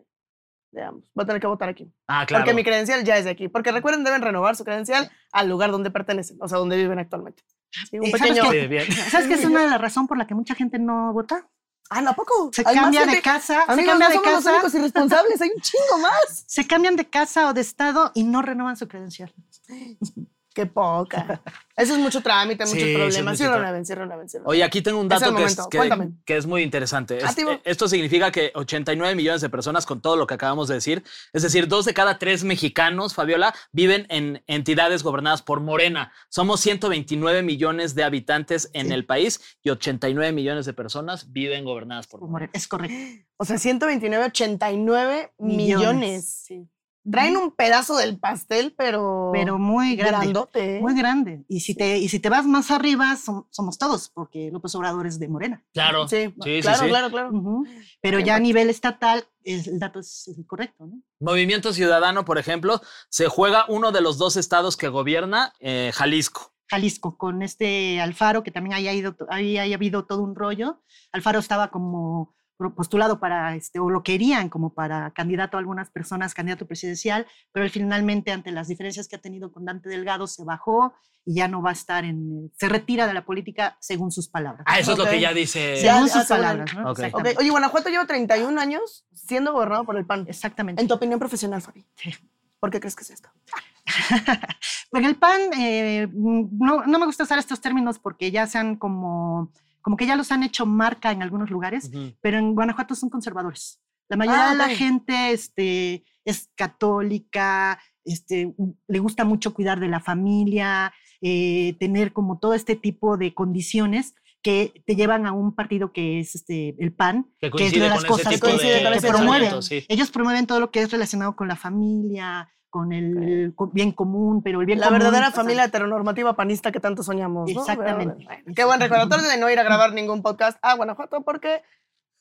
[SPEAKER 3] de ambos. Voy a tener que votar aquí.
[SPEAKER 2] ah, claro.
[SPEAKER 3] Porque mi credencial ya es de aquí. Porque recuerden, deben renovar su credencial al lugar donde pertenecen, o sea, donde viven actualmente. Sí, un
[SPEAKER 4] Eh, ¿sabes
[SPEAKER 3] pequeño...
[SPEAKER 4] qué?
[SPEAKER 2] Sí, bien.
[SPEAKER 4] ¿Sabes qué es una de las razones por la que mucha gente no vota?
[SPEAKER 3] Ah, ¿no, ¿a poco?
[SPEAKER 4] Se
[SPEAKER 3] Hay más
[SPEAKER 4] cambia
[SPEAKER 3] gente-
[SPEAKER 4] de casa, se
[SPEAKER 3] Amigos, no
[SPEAKER 4] cambia de
[SPEAKER 3] somos los
[SPEAKER 4] casa,
[SPEAKER 3] únicos irresponsables, hay un chingo más.
[SPEAKER 4] se cambian de casa o de estado y no renovan su credencial.
[SPEAKER 3] Qué poca. Eso es mucho trámite,
[SPEAKER 2] Sí,
[SPEAKER 3] muchos
[SPEAKER 2] sí es mucho
[SPEAKER 3] problemas. Cierra
[SPEAKER 2] tra-
[SPEAKER 3] una vez, cierra una vez, cierra una
[SPEAKER 2] Oye, aquí tengo un
[SPEAKER 3] Es el
[SPEAKER 2] dato que, es,
[SPEAKER 3] momento,
[SPEAKER 2] que-
[SPEAKER 3] cuéntame.
[SPEAKER 2] que es muy interesante. Es-
[SPEAKER 3] Activo.
[SPEAKER 2] eh, esto significa que 89 millones de personas, con todo lo que acabamos de decir, es decir, dos de cada tres mexicanos, Fabiola, viven en entidades gobernadas por Morena. Somos 129 millones de habitantes en el país y 89 millones de personas viven gobernadas por Morena.
[SPEAKER 4] Es correcto.
[SPEAKER 3] vez. O sea, 129, 89 millones.
[SPEAKER 4] Sí.
[SPEAKER 3] Traen un pedazo del pastel, pero.
[SPEAKER 4] Pero muy grande.
[SPEAKER 3] grandote. ¿eh?
[SPEAKER 4] Muy grande. Y si, te, y si te vas más arriba, som- somos todos, porque López Obrador es de Morena.
[SPEAKER 2] Claro.
[SPEAKER 3] Sí,
[SPEAKER 2] Sí, sí,
[SPEAKER 3] claro,
[SPEAKER 2] sí.
[SPEAKER 3] claro, claro.
[SPEAKER 4] Ujú. Pero ya a nivel estatal, es- el dato es el correcto, ¿no?
[SPEAKER 2] Movimiento Ciudadano, por ejemplo, se juega uno de los dos estados que gobierna, eh, Jalisco.
[SPEAKER 4] Jalisco, con este Alfaro, que también había, ido, había habido todo un rollo. Alfaro estaba como pro- postulado para, este, o lo querían como para candidato a algunas personas, candidato presidencial, pero él finalmente, ante las diferencias que ha tenido con Dante Delgado, se bajó y ya no va a estar en, se retira de la política según sus palabras.
[SPEAKER 2] Ah, eso es
[SPEAKER 3] Ok.
[SPEAKER 2] lo que ya dice.
[SPEAKER 3] Sí. ya,
[SPEAKER 4] según
[SPEAKER 3] ah,
[SPEAKER 4] sus
[SPEAKER 3] según él.
[SPEAKER 4] palabras, ¿no?
[SPEAKER 2] Ok.
[SPEAKER 3] Ok,
[SPEAKER 4] Exactamente.
[SPEAKER 3] Oye, Guanajuato lleva 31 años siendo gobernado por el PAN.
[SPEAKER 4] Exactamente.
[SPEAKER 3] En tu opinión profesional, Fabi.
[SPEAKER 4] Sí.
[SPEAKER 3] ¿Por qué crees que es esto?
[SPEAKER 4] Bueno, el PAN, eh, mm, no, no me gusta usar estos términos porque ya se han como, como que ya los han hecho marca en algunos lugares,
[SPEAKER 2] Ujú.
[SPEAKER 4] pero en Guanajuato son conservadores. La mayoría
[SPEAKER 3] Ah,
[SPEAKER 4] de la
[SPEAKER 3] ok.
[SPEAKER 4] gente este, es católica, este, u- le gusta mucho cuidar de la familia, eh, tener como todo este tipo de condiciones que te llevan a un partido que es este, el PAN,
[SPEAKER 2] Que
[SPEAKER 4] que es
[SPEAKER 2] coincide
[SPEAKER 4] de
[SPEAKER 2] con
[SPEAKER 4] las
[SPEAKER 2] ese
[SPEAKER 4] cosas que,
[SPEAKER 2] tipo
[SPEAKER 3] coincide
[SPEAKER 2] de
[SPEAKER 3] con
[SPEAKER 4] que
[SPEAKER 3] ese
[SPEAKER 4] promueven.
[SPEAKER 2] pensamiento, sí.
[SPEAKER 4] Ellos promueven todo lo que es relacionado con la familia, con el co- bien común, pero el bien
[SPEAKER 3] La
[SPEAKER 4] común,
[SPEAKER 3] verdadera
[SPEAKER 4] o sea,
[SPEAKER 3] familia heteronormativa panista que tanto soñamos. ¿no?
[SPEAKER 4] Exactamente.
[SPEAKER 3] Bueno, Qué buen recordatorio de no ir a grabar ningún podcast a Guanajuato porque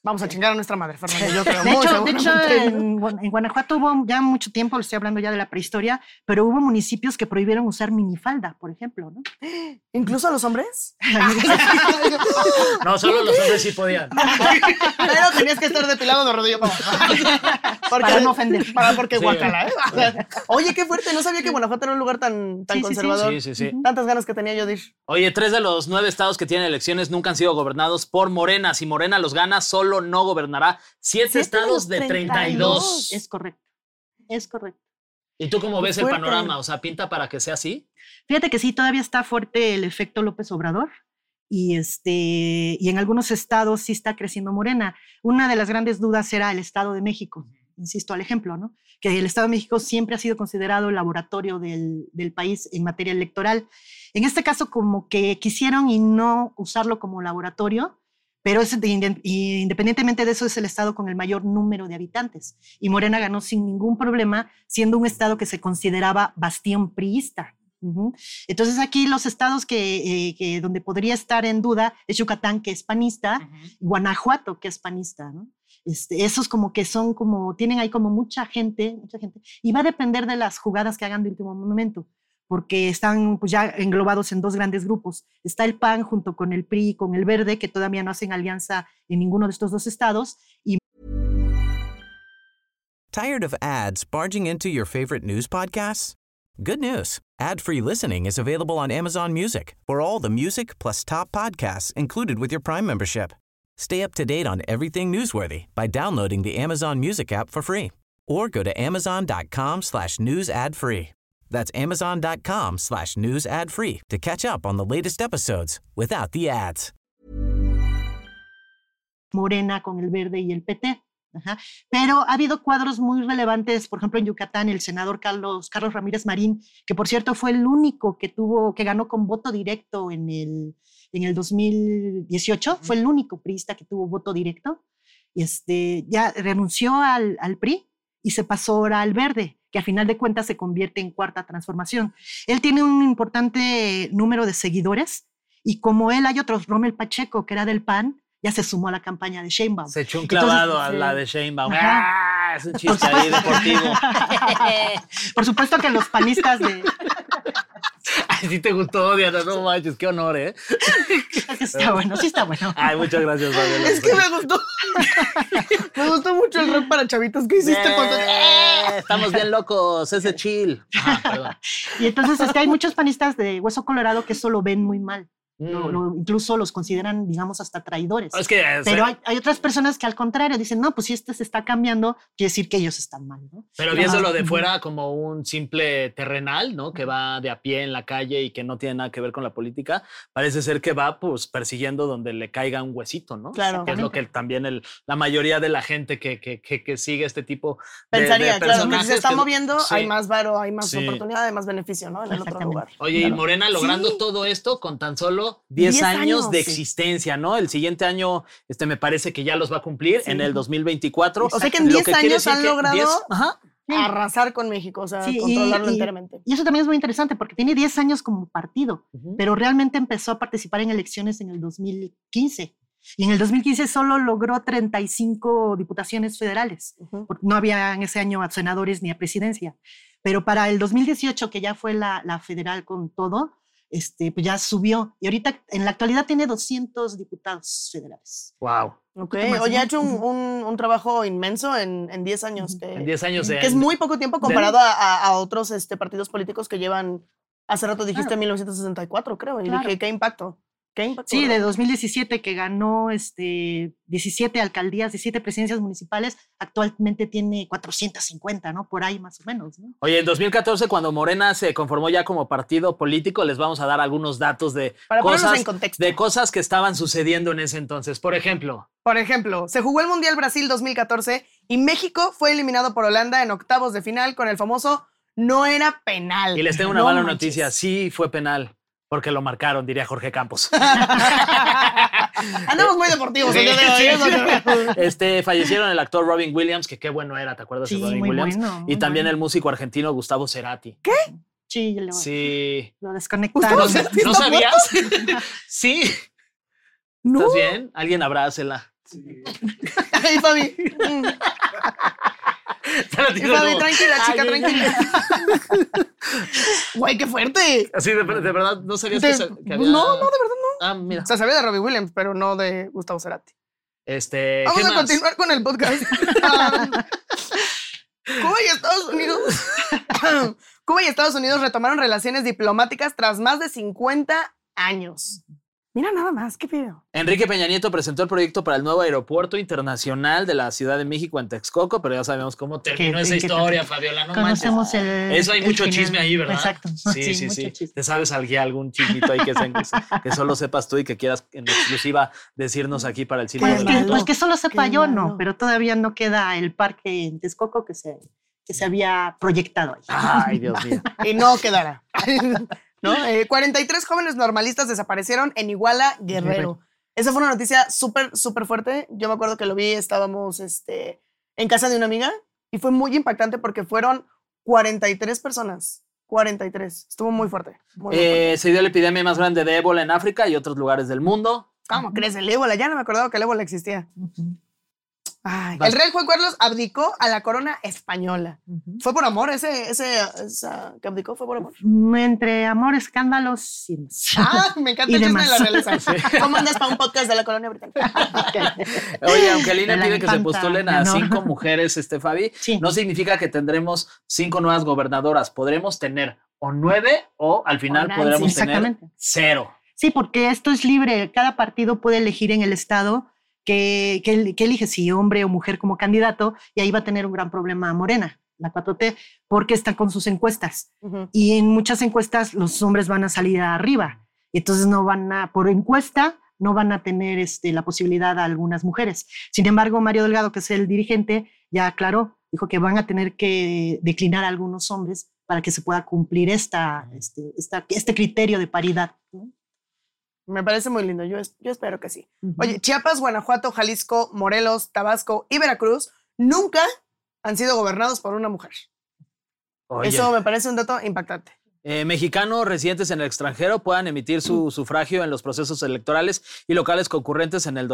[SPEAKER 3] vamos a chingar a nuestra madre, Fernanda. Yo creo
[SPEAKER 4] De
[SPEAKER 3] muy
[SPEAKER 4] hecho, de hecho,
[SPEAKER 3] seguramente, ¿no?
[SPEAKER 4] en, Guan- en Guanajuato hubo ya mucho tiempo, le estoy hablando ya de la prehistoria, pero hubo municipios que prohibieron usar minifalda, por ejemplo, ¿no?
[SPEAKER 3] Incluso a los hombres.
[SPEAKER 2] No, solo los hombres sí podían.
[SPEAKER 3] Pero tenías que estar depilado de rodillo para abajo. Porque-
[SPEAKER 4] Para no ofender.
[SPEAKER 3] Para porque
[SPEAKER 2] Sí.
[SPEAKER 3] guácala, ¿eh? O sea, Oye, qué fuerte. No sabía que Guanajuato era un lugar tan, tan
[SPEAKER 4] Sí, sí, sí.
[SPEAKER 3] conservador.
[SPEAKER 2] Sí, sí, sí.
[SPEAKER 3] Tantas ganas que tenía yo de ir.
[SPEAKER 2] Oye, tres de los nueve estados que tienen elecciones nunca han sido gobernados por Morena. Si Morena los gana, solo no gobernará siete,
[SPEAKER 3] Siete
[SPEAKER 2] estados de
[SPEAKER 3] de los
[SPEAKER 2] 32.
[SPEAKER 4] Es correcto. Es correcto.
[SPEAKER 2] ¿Y tú cómo
[SPEAKER 3] Qué
[SPEAKER 2] ves el
[SPEAKER 3] fuerte.
[SPEAKER 2] panorama? O sea, pinta para que sea así.
[SPEAKER 4] Fíjate que sí, todavía está fuerte el efecto López Obrador. Y, este, y en algunos estados sí está creciendo Morena. Una de las grandes dudas era el Estado de México, insisto al ejemplo, ¿no? que el Estado de México siempre ha sido considerado el laboratorio del, del país en materia electoral. En este caso, como que quisieron y no usarlo como laboratorio, pero es de inden- y independientemente de eso es el Estado con el mayor número de habitantes. Y Morena ganó sin ningún problema, siendo un Estado que se consideraba bastión priista. Ujú. Entonces aquí los estados que, eh, que donde podría estar en duda es Yucatán, que es panista, Guanajuato, que es panista, ¿no? Este, esos como que son como, tienen ahí como mucha gente, mucha gente, y va a depender de las jugadas que hagan de último momento, porque están pues, ya englobados en dos grandes grupos. Está el PAN junto con el PRI, y con el Verde, que todavía no hacen alianza en ninguno de estos dos estados, y
[SPEAKER 5] Tired of ads barging into your favorite news podcasts? Good news. Ad-free listening is available on Amazon Music. For all the music plus top podcasts included with your Prime membership. Stay up to date on everything newsworthy by downloading the Amazon Music app for free or go to amazon.com slash news ad free. That's amazon.com slash news ad free to catch up on the latest episodes without the ads.
[SPEAKER 4] Morena con el Verde y el PT. Ajá. Pero ha habido cuadros muy relevantes, por ejemplo en Yucatán, el senador Carlos, Carlos Ramírez Marín, que por cierto fue el único que tuvo, que ganó con voto directo en el, en el 2018, fue el único priista que tuvo voto directo. este, ya renunció al, al PRI y se pasó ahora al verde, que a final de cuentas se convierte en cuarta transformación. Él tiene un importante número de seguidores y como él hay otros, Rommel Pacheco, que era del PAN, ya se sumó a la campaña de Sheinbaum.
[SPEAKER 2] Se echó un clavado
[SPEAKER 4] Entonces,
[SPEAKER 2] a
[SPEAKER 4] sí.
[SPEAKER 2] la de Sheinbaum.
[SPEAKER 4] Ajá.
[SPEAKER 2] ¡Ah! Es un chiste ahí deportivo.
[SPEAKER 4] Por supuesto que los panistas de...
[SPEAKER 2] Así te gustó, Diana. No manches, qué honor, ¿eh?
[SPEAKER 4] Sí está bueno, sí está bueno.
[SPEAKER 2] Ay, muchas gracias, Fabiola.
[SPEAKER 3] Es que me gustó. me gustó mucho el rap para chavitos que hiciste. con-
[SPEAKER 2] Eh, Estamos bien locos, es de chill. Ajá, perdón.
[SPEAKER 4] Y entonces este, hay muchos panistas de Hueso Colorado que eso lo ven muy mal. Lo- lo- incluso los consideran, digamos, hasta traidores.
[SPEAKER 2] Mm. Es que eh,
[SPEAKER 4] Pero hay, hay otras personas que al contrario dicen, no, pues si este se está cambiando, quiere decir que ellos están mal. ¿no?
[SPEAKER 2] Pero
[SPEAKER 4] Ajá.
[SPEAKER 2] viéndolo de fuera como un simple terrenal, ¿no? Que va de a pie en la calle y que no tiene nada que ver con la política, parece ser que va pues persiguiendo donde le caiga un huesito, ¿no?
[SPEAKER 3] Claro.
[SPEAKER 2] Que es lo que también el, la mayoría de la gente que, que, que, que sigue este tipo de,
[SPEAKER 3] Pensaría,
[SPEAKER 2] de
[SPEAKER 3] claro, que si
[SPEAKER 2] personajes
[SPEAKER 3] se está
[SPEAKER 2] que-
[SPEAKER 3] moviendo,
[SPEAKER 2] Sí.
[SPEAKER 3] hay más varo, hay más
[SPEAKER 2] Sí.
[SPEAKER 3] oportunidad, hay más beneficio, ¿no? En el otro
[SPEAKER 4] Exactamente.
[SPEAKER 3] lugar.
[SPEAKER 2] Oye, y
[SPEAKER 3] Claro.
[SPEAKER 2] Morena logrando
[SPEAKER 3] Sí.
[SPEAKER 2] todo esto con tan solo 10,
[SPEAKER 3] Diez
[SPEAKER 2] años,
[SPEAKER 3] años,
[SPEAKER 2] de
[SPEAKER 3] sí.
[SPEAKER 2] existencia, ¿no? El siguiente año, este me parece que ya los va a cumplir en el 2024.
[SPEAKER 3] O sea que en
[SPEAKER 2] Lo
[SPEAKER 3] 10
[SPEAKER 2] quiere
[SPEAKER 3] años
[SPEAKER 2] decir
[SPEAKER 3] han
[SPEAKER 2] que en
[SPEAKER 3] logrado-
[SPEAKER 2] 10 ajá,
[SPEAKER 3] Arrasar con México, o sea,
[SPEAKER 4] Sí, y-
[SPEAKER 3] controlarlo
[SPEAKER 4] y-
[SPEAKER 3] enteramente.
[SPEAKER 4] Y eso también es muy interesante porque tiene 10 años como partido, pero realmente empezó a participar en elecciones en el 2015. Y en el 2015 solo logró 35 diputaciones federales.
[SPEAKER 3] Ujú.
[SPEAKER 4] porque no había en ese año a senadores ni a presidencia. Pero para el 2018, que ya fue la, la federal con todo, este, pues ya subió. Y ahorita, en la actualidad, tiene 200 diputados federales.
[SPEAKER 2] Wow.
[SPEAKER 3] Ok,
[SPEAKER 4] más,
[SPEAKER 3] Oye,
[SPEAKER 4] ¿no?
[SPEAKER 3] ha hecho un, un- un trabajo inmenso en, en 10 años. Que,
[SPEAKER 2] En 10 años.
[SPEAKER 3] eh, que
[SPEAKER 2] de-
[SPEAKER 3] es muy poco tiempo comparado a, a- a otros este, partidos políticos que llevan, hace rato dijiste
[SPEAKER 4] Claro.
[SPEAKER 3] 1964, creo, y
[SPEAKER 4] Claro.
[SPEAKER 3] dije, qué impacto. ¿Qué impacto?
[SPEAKER 4] Sí, de
[SPEAKER 3] ¿verdad?
[SPEAKER 4] 2017, que ganó este, 17 alcaldías, 17 presidencias municipales, actualmente tiene 450, ¿no? Por ahí más o menos, ¿no?
[SPEAKER 2] Oye, en 2014, cuando Morena se conformó ya como partido político, les vamos a dar algunos datos de,
[SPEAKER 3] Para ponernos
[SPEAKER 2] cosas,
[SPEAKER 3] en contexto.
[SPEAKER 2] de cosas que estaban sucediendo en ese entonces. Por ejemplo,
[SPEAKER 3] Por ejemplo, se jugó el Mundial Brasil 2014 y México fue eliminado por Holanda en octavos de final con el famoso no era penal.
[SPEAKER 2] y les tengo una
[SPEAKER 3] No
[SPEAKER 2] mala
[SPEAKER 3] manches.
[SPEAKER 2] noticia, sí fue penal, porque lo marcaron, diría Jorge Campos.
[SPEAKER 3] Andamos muy deportivos. el día de hoy, ¿eh? es lo que-
[SPEAKER 2] Este, fallecieron el actor Robin Williams, que qué bueno era, ¿te acuerdas
[SPEAKER 4] Sí,
[SPEAKER 2] de Robin
[SPEAKER 4] muy
[SPEAKER 2] Williams?
[SPEAKER 4] bueno, muy
[SPEAKER 2] Pues, y también
[SPEAKER 4] bueno.
[SPEAKER 2] el músico argentino Gustavo Cerati. ¿Qué?
[SPEAKER 4] Sí, lo,
[SPEAKER 2] Sí.
[SPEAKER 4] lo
[SPEAKER 2] ¿No,
[SPEAKER 4] desconectaron.
[SPEAKER 3] Cerati
[SPEAKER 2] no
[SPEAKER 3] está
[SPEAKER 2] sabías? sí.
[SPEAKER 3] No.
[SPEAKER 2] ¿Estás bien? Alguien abrácela.
[SPEAKER 3] Ay, Fabi. Mm.
[SPEAKER 2] Cerati
[SPEAKER 3] Fabi,
[SPEAKER 2] como-
[SPEAKER 3] tranquila,
[SPEAKER 2] Ay,
[SPEAKER 3] chica,
[SPEAKER 2] ay, ay.
[SPEAKER 3] tranquila. Güey, qué fuerte.
[SPEAKER 2] Así de, de verdad, no sabías
[SPEAKER 3] Te-
[SPEAKER 2] que, se- que había-
[SPEAKER 3] No, no, de verdad no.
[SPEAKER 2] Ah, mira.
[SPEAKER 3] O sea, sabía de Robbie Williams, pero no de Gustavo Cerati.
[SPEAKER 2] Este.
[SPEAKER 3] Vamos
[SPEAKER 2] ¿qué
[SPEAKER 3] a
[SPEAKER 2] más?
[SPEAKER 3] continuar con el podcast. Um, Cuba y Estados Unidos. Cuba y Estados Unidos retomaron relaciones diplomáticas tras más de 50 años. Mira nada más, qué pido.
[SPEAKER 2] Enrique Peña Nieto presentó el proyecto para el nuevo aeropuerto internacional de la Ciudad de México en Texcoco, pero ya sabemos cómo terminó
[SPEAKER 4] Que-
[SPEAKER 2] esa
[SPEAKER 4] que-
[SPEAKER 2] historia, Fabiola. No
[SPEAKER 4] Conocemos
[SPEAKER 2] manches.
[SPEAKER 4] el.
[SPEAKER 2] Eso hay
[SPEAKER 4] el
[SPEAKER 2] mucho
[SPEAKER 4] final.
[SPEAKER 2] chisme ahí, ¿verdad?
[SPEAKER 4] Exacto.
[SPEAKER 2] Sí, sí, sí.
[SPEAKER 4] mucho chisme.
[SPEAKER 2] ¿Te sabes alguien, algún chismito ahí que, se- que solo sepas tú y que quieras en exclusiva decirnos aquí para el cine?
[SPEAKER 4] Pues
[SPEAKER 3] Qué
[SPEAKER 4] que,
[SPEAKER 3] malo,
[SPEAKER 4] pues que solo sepa
[SPEAKER 3] qué
[SPEAKER 4] yo,
[SPEAKER 3] malo.
[SPEAKER 4] no, pero todavía no queda el parque en Texcoco que se, que se había proyectado ahí.
[SPEAKER 2] Ay, Dios mío.
[SPEAKER 3] Y no quedará. ¿No? Eh, 43 jóvenes normalistas desaparecieron en Iguala, Guerrero.
[SPEAKER 4] Guerrero.
[SPEAKER 3] Esa fue una noticia súper, súper fuerte. Yo me acuerdo que lo vi, estábamos este, en casa de una amiga y fue muy impactante porque fueron 43 personas. 43. Estuvo muy fuerte. muy, muy fuerte.
[SPEAKER 2] Eh, se dio la epidemia más grande de ébola en África y otros lugares del mundo.
[SPEAKER 3] ¿Cómo crees? El ébola. Ya no me acordaba que el ébola existía.
[SPEAKER 4] Ujú,
[SPEAKER 3] Ay,
[SPEAKER 2] Vas.
[SPEAKER 3] el rey Juan Carlos abdicó a la corona española.
[SPEAKER 4] ujú.
[SPEAKER 3] ¿Fue por amor ese, ese esa que abdicó? ¿Fue por amor?
[SPEAKER 4] Mm, Entre amor, escándalos y más.
[SPEAKER 3] Ah, me encanta
[SPEAKER 4] Y
[SPEAKER 3] el chisme de la
[SPEAKER 4] demás.
[SPEAKER 3] realeza. ¿Cómo andas para un podcast de la colonia británica?
[SPEAKER 2] Oye, aunque el INE
[SPEAKER 4] Me la
[SPEAKER 2] pide que se
[SPEAKER 4] encanta,
[SPEAKER 2] postulen a
[SPEAKER 4] no.
[SPEAKER 2] cinco mujeres, este Fabi,
[SPEAKER 4] Sí.
[SPEAKER 2] no significa que tendremos cinco nuevas gobernadoras. Podremos tener o nueve o al final
[SPEAKER 3] Nancy.
[SPEAKER 2] podremos tener
[SPEAKER 4] Ah, Exactamente.
[SPEAKER 2] cero.
[SPEAKER 4] Sí, porque esto es libre. Cada partido puede elegir en el estado que, que el- que elige, si hombre o mujer como candidato, y ahí va a tener un gran problema Morena, la 4T, porque está con sus encuestas.
[SPEAKER 3] Ujú.
[SPEAKER 4] y en muchas encuestas los hombres van a salir arriba. Y entonces no van a, por encuesta, no van a tener este, la posibilidad a algunas mujeres. Sin embargo, Mario Delgado, que es el dirigente, ya aclaró, dijo que van a tener que declinar a algunos hombres para que se pueda cumplir esta, este, esta- este criterio de paridad. ¿no?
[SPEAKER 3] Me parece muy lindo, yo, es- yo espero que sí. Oye, Chiapas, Guanajuato, Jalisco, Morelos, Tabasco y Veracruz nunca han sido gobernados por una mujer.
[SPEAKER 2] Oye.
[SPEAKER 3] Eso me parece un dato impactante.
[SPEAKER 2] Eh, mexicanos residentes en el extranjero puedan emitir su sufragio en los procesos electorales y locales concurrentes en el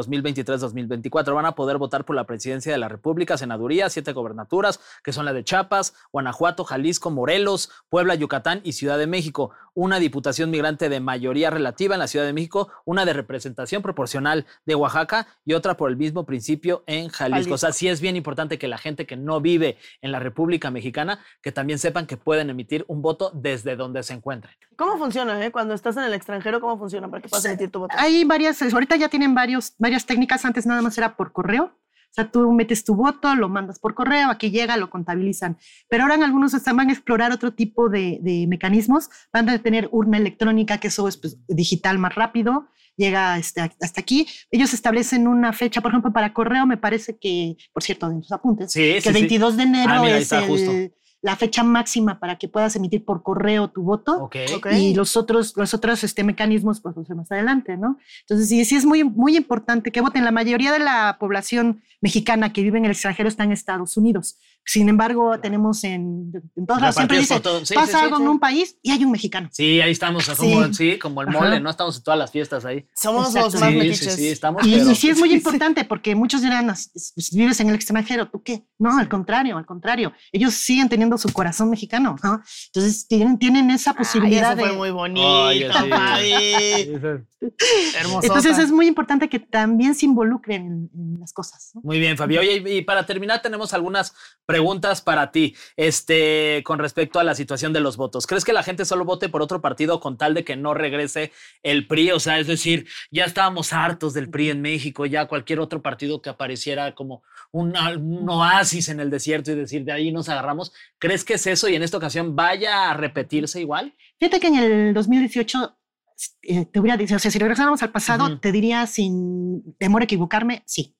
[SPEAKER 2] 2023-2024. Van a poder votar por la presidencia de la República, senaduría, siete gobernaturas, que son la de Chiapas, Guanajuato, Jalisco, Morelos, Puebla, Yucatán y Ciudad de México. Una diputación migrante de mayoría relativa en la Ciudad de México, una de representación proporcional de Oaxaca y otra por el mismo principio en Jalisco. O sea, sí es bien importante que la gente que no vive en la República Mexicana, que también sepan que pueden emitir un voto desde donde se encuentren.
[SPEAKER 3] ¿Cómo funciona, eh? Cuando estás en el extranjero, ¿cómo funciona para que puedas emitir tu voto?
[SPEAKER 4] Hay varias, ahorita ya tienen varios, varias técnicas, antes nada más era por correo. O sea, tú metes tu voto, lo mandas por correo, aquí llega, lo contabilizan. Pero ahora en algunos están, van a explorar otro tipo de, de mecanismos. Van a tener urna electrónica, que eso es pues, digital más rápido, llega este, hasta aquí. Ellos establecen una fecha, por ejemplo, para correo, me parece que, por cierto, en tus apuntes,
[SPEAKER 2] Sí,
[SPEAKER 4] que el 22 de enero
[SPEAKER 2] Ah, mira, ahí
[SPEAKER 4] es
[SPEAKER 2] está, justo.
[SPEAKER 4] el- la fecha máxima para que puedas emitir por correo tu voto
[SPEAKER 2] Ok.
[SPEAKER 3] Ok.
[SPEAKER 4] y los otros, los otros este, mecanismos pues los de más adelante, ¿no? Entonces sí, sí es muy, muy importante que voten. La mayoría de la población mexicana que vive en el extranjero está en Estados Unidos. Sin embargo, tenemos en, en todos lados, siempre
[SPEAKER 2] Repartidos por
[SPEAKER 4] dicen,
[SPEAKER 2] todo. Sí,
[SPEAKER 4] pasa
[SPEAKER 2] sí, sí,
[SPEAKER 4] algo
[SPEAKER 2] sí.
[SPEAKER 4] en un país y hay un mexicano.
[SPEAKER 2] Sí, ahí estamos, como, sí.
[SPEAKER 4] Sí.
[SPEAKER 2] como el
[SPEAKER 4] Ajá.
[SPEAKER 2] mole, ¿no? Estamos en todas las fiestas ahí.
[SPEAKER 3] Somos los
[SPEAKER 4] Exacto.
[SPEAKER 3] más
[SPEAKER 2] sí,
[SPEAKER 3] metiches.
[SPEAKER 2] sí, sí, estamos.
[SPEAKER 4] Y,
[SPEAKER 2] pero-
[SPEAKER 4] y sí es muy importante porque muchos dirán, "As- as- vives en el extranjero, ¿tú qué? No, al contrario, al contrario. Ellos siguen teniendo su corazón mexicano, ¿no? Entonces tienen, tienen esa
[SPEAKER 3] Ay, eso
[SPEAKER 4] posibilidad
[SPEAKER 3] fue
[SPEAKER 4] de...
[SPEAKER 3] muy
[SPEAKER 2] Oye,
[SPEAKER 3] bonito,
[SPEAKER 2] sí.
[SPEAKER 3] Fabi. Hermoso.
[SPEAKER 4] Entonces es muy importante que también se involucren en, en las cosas. ¿no?
[SPEAKER 2] Muy bien, Fabi. Oye, y y para terminar, tenemos algunas preguntas para ti este, con respecto a la situación de los votos. ¿Crees que la gente solo vote por otro partido con tal de que no regrese el PRI? O sea, es decir, ya estábamos hartos del PRI en México, ya cualquier otro partido que apareciera como un, al- un oasis en el desierto y decir, de ahí nos agarramos. ¿Crees que es eso y en esta ocasión vaya a repetirse igual?
[SPEAKER 4] Fíjate que en el 2018 eh, te hubiera dicho, o sea, si regresáramos al pasado,
[SPEAKER 2] Ujú.
[SPEAKER 4] te diría sin temor a equivocarme, sí.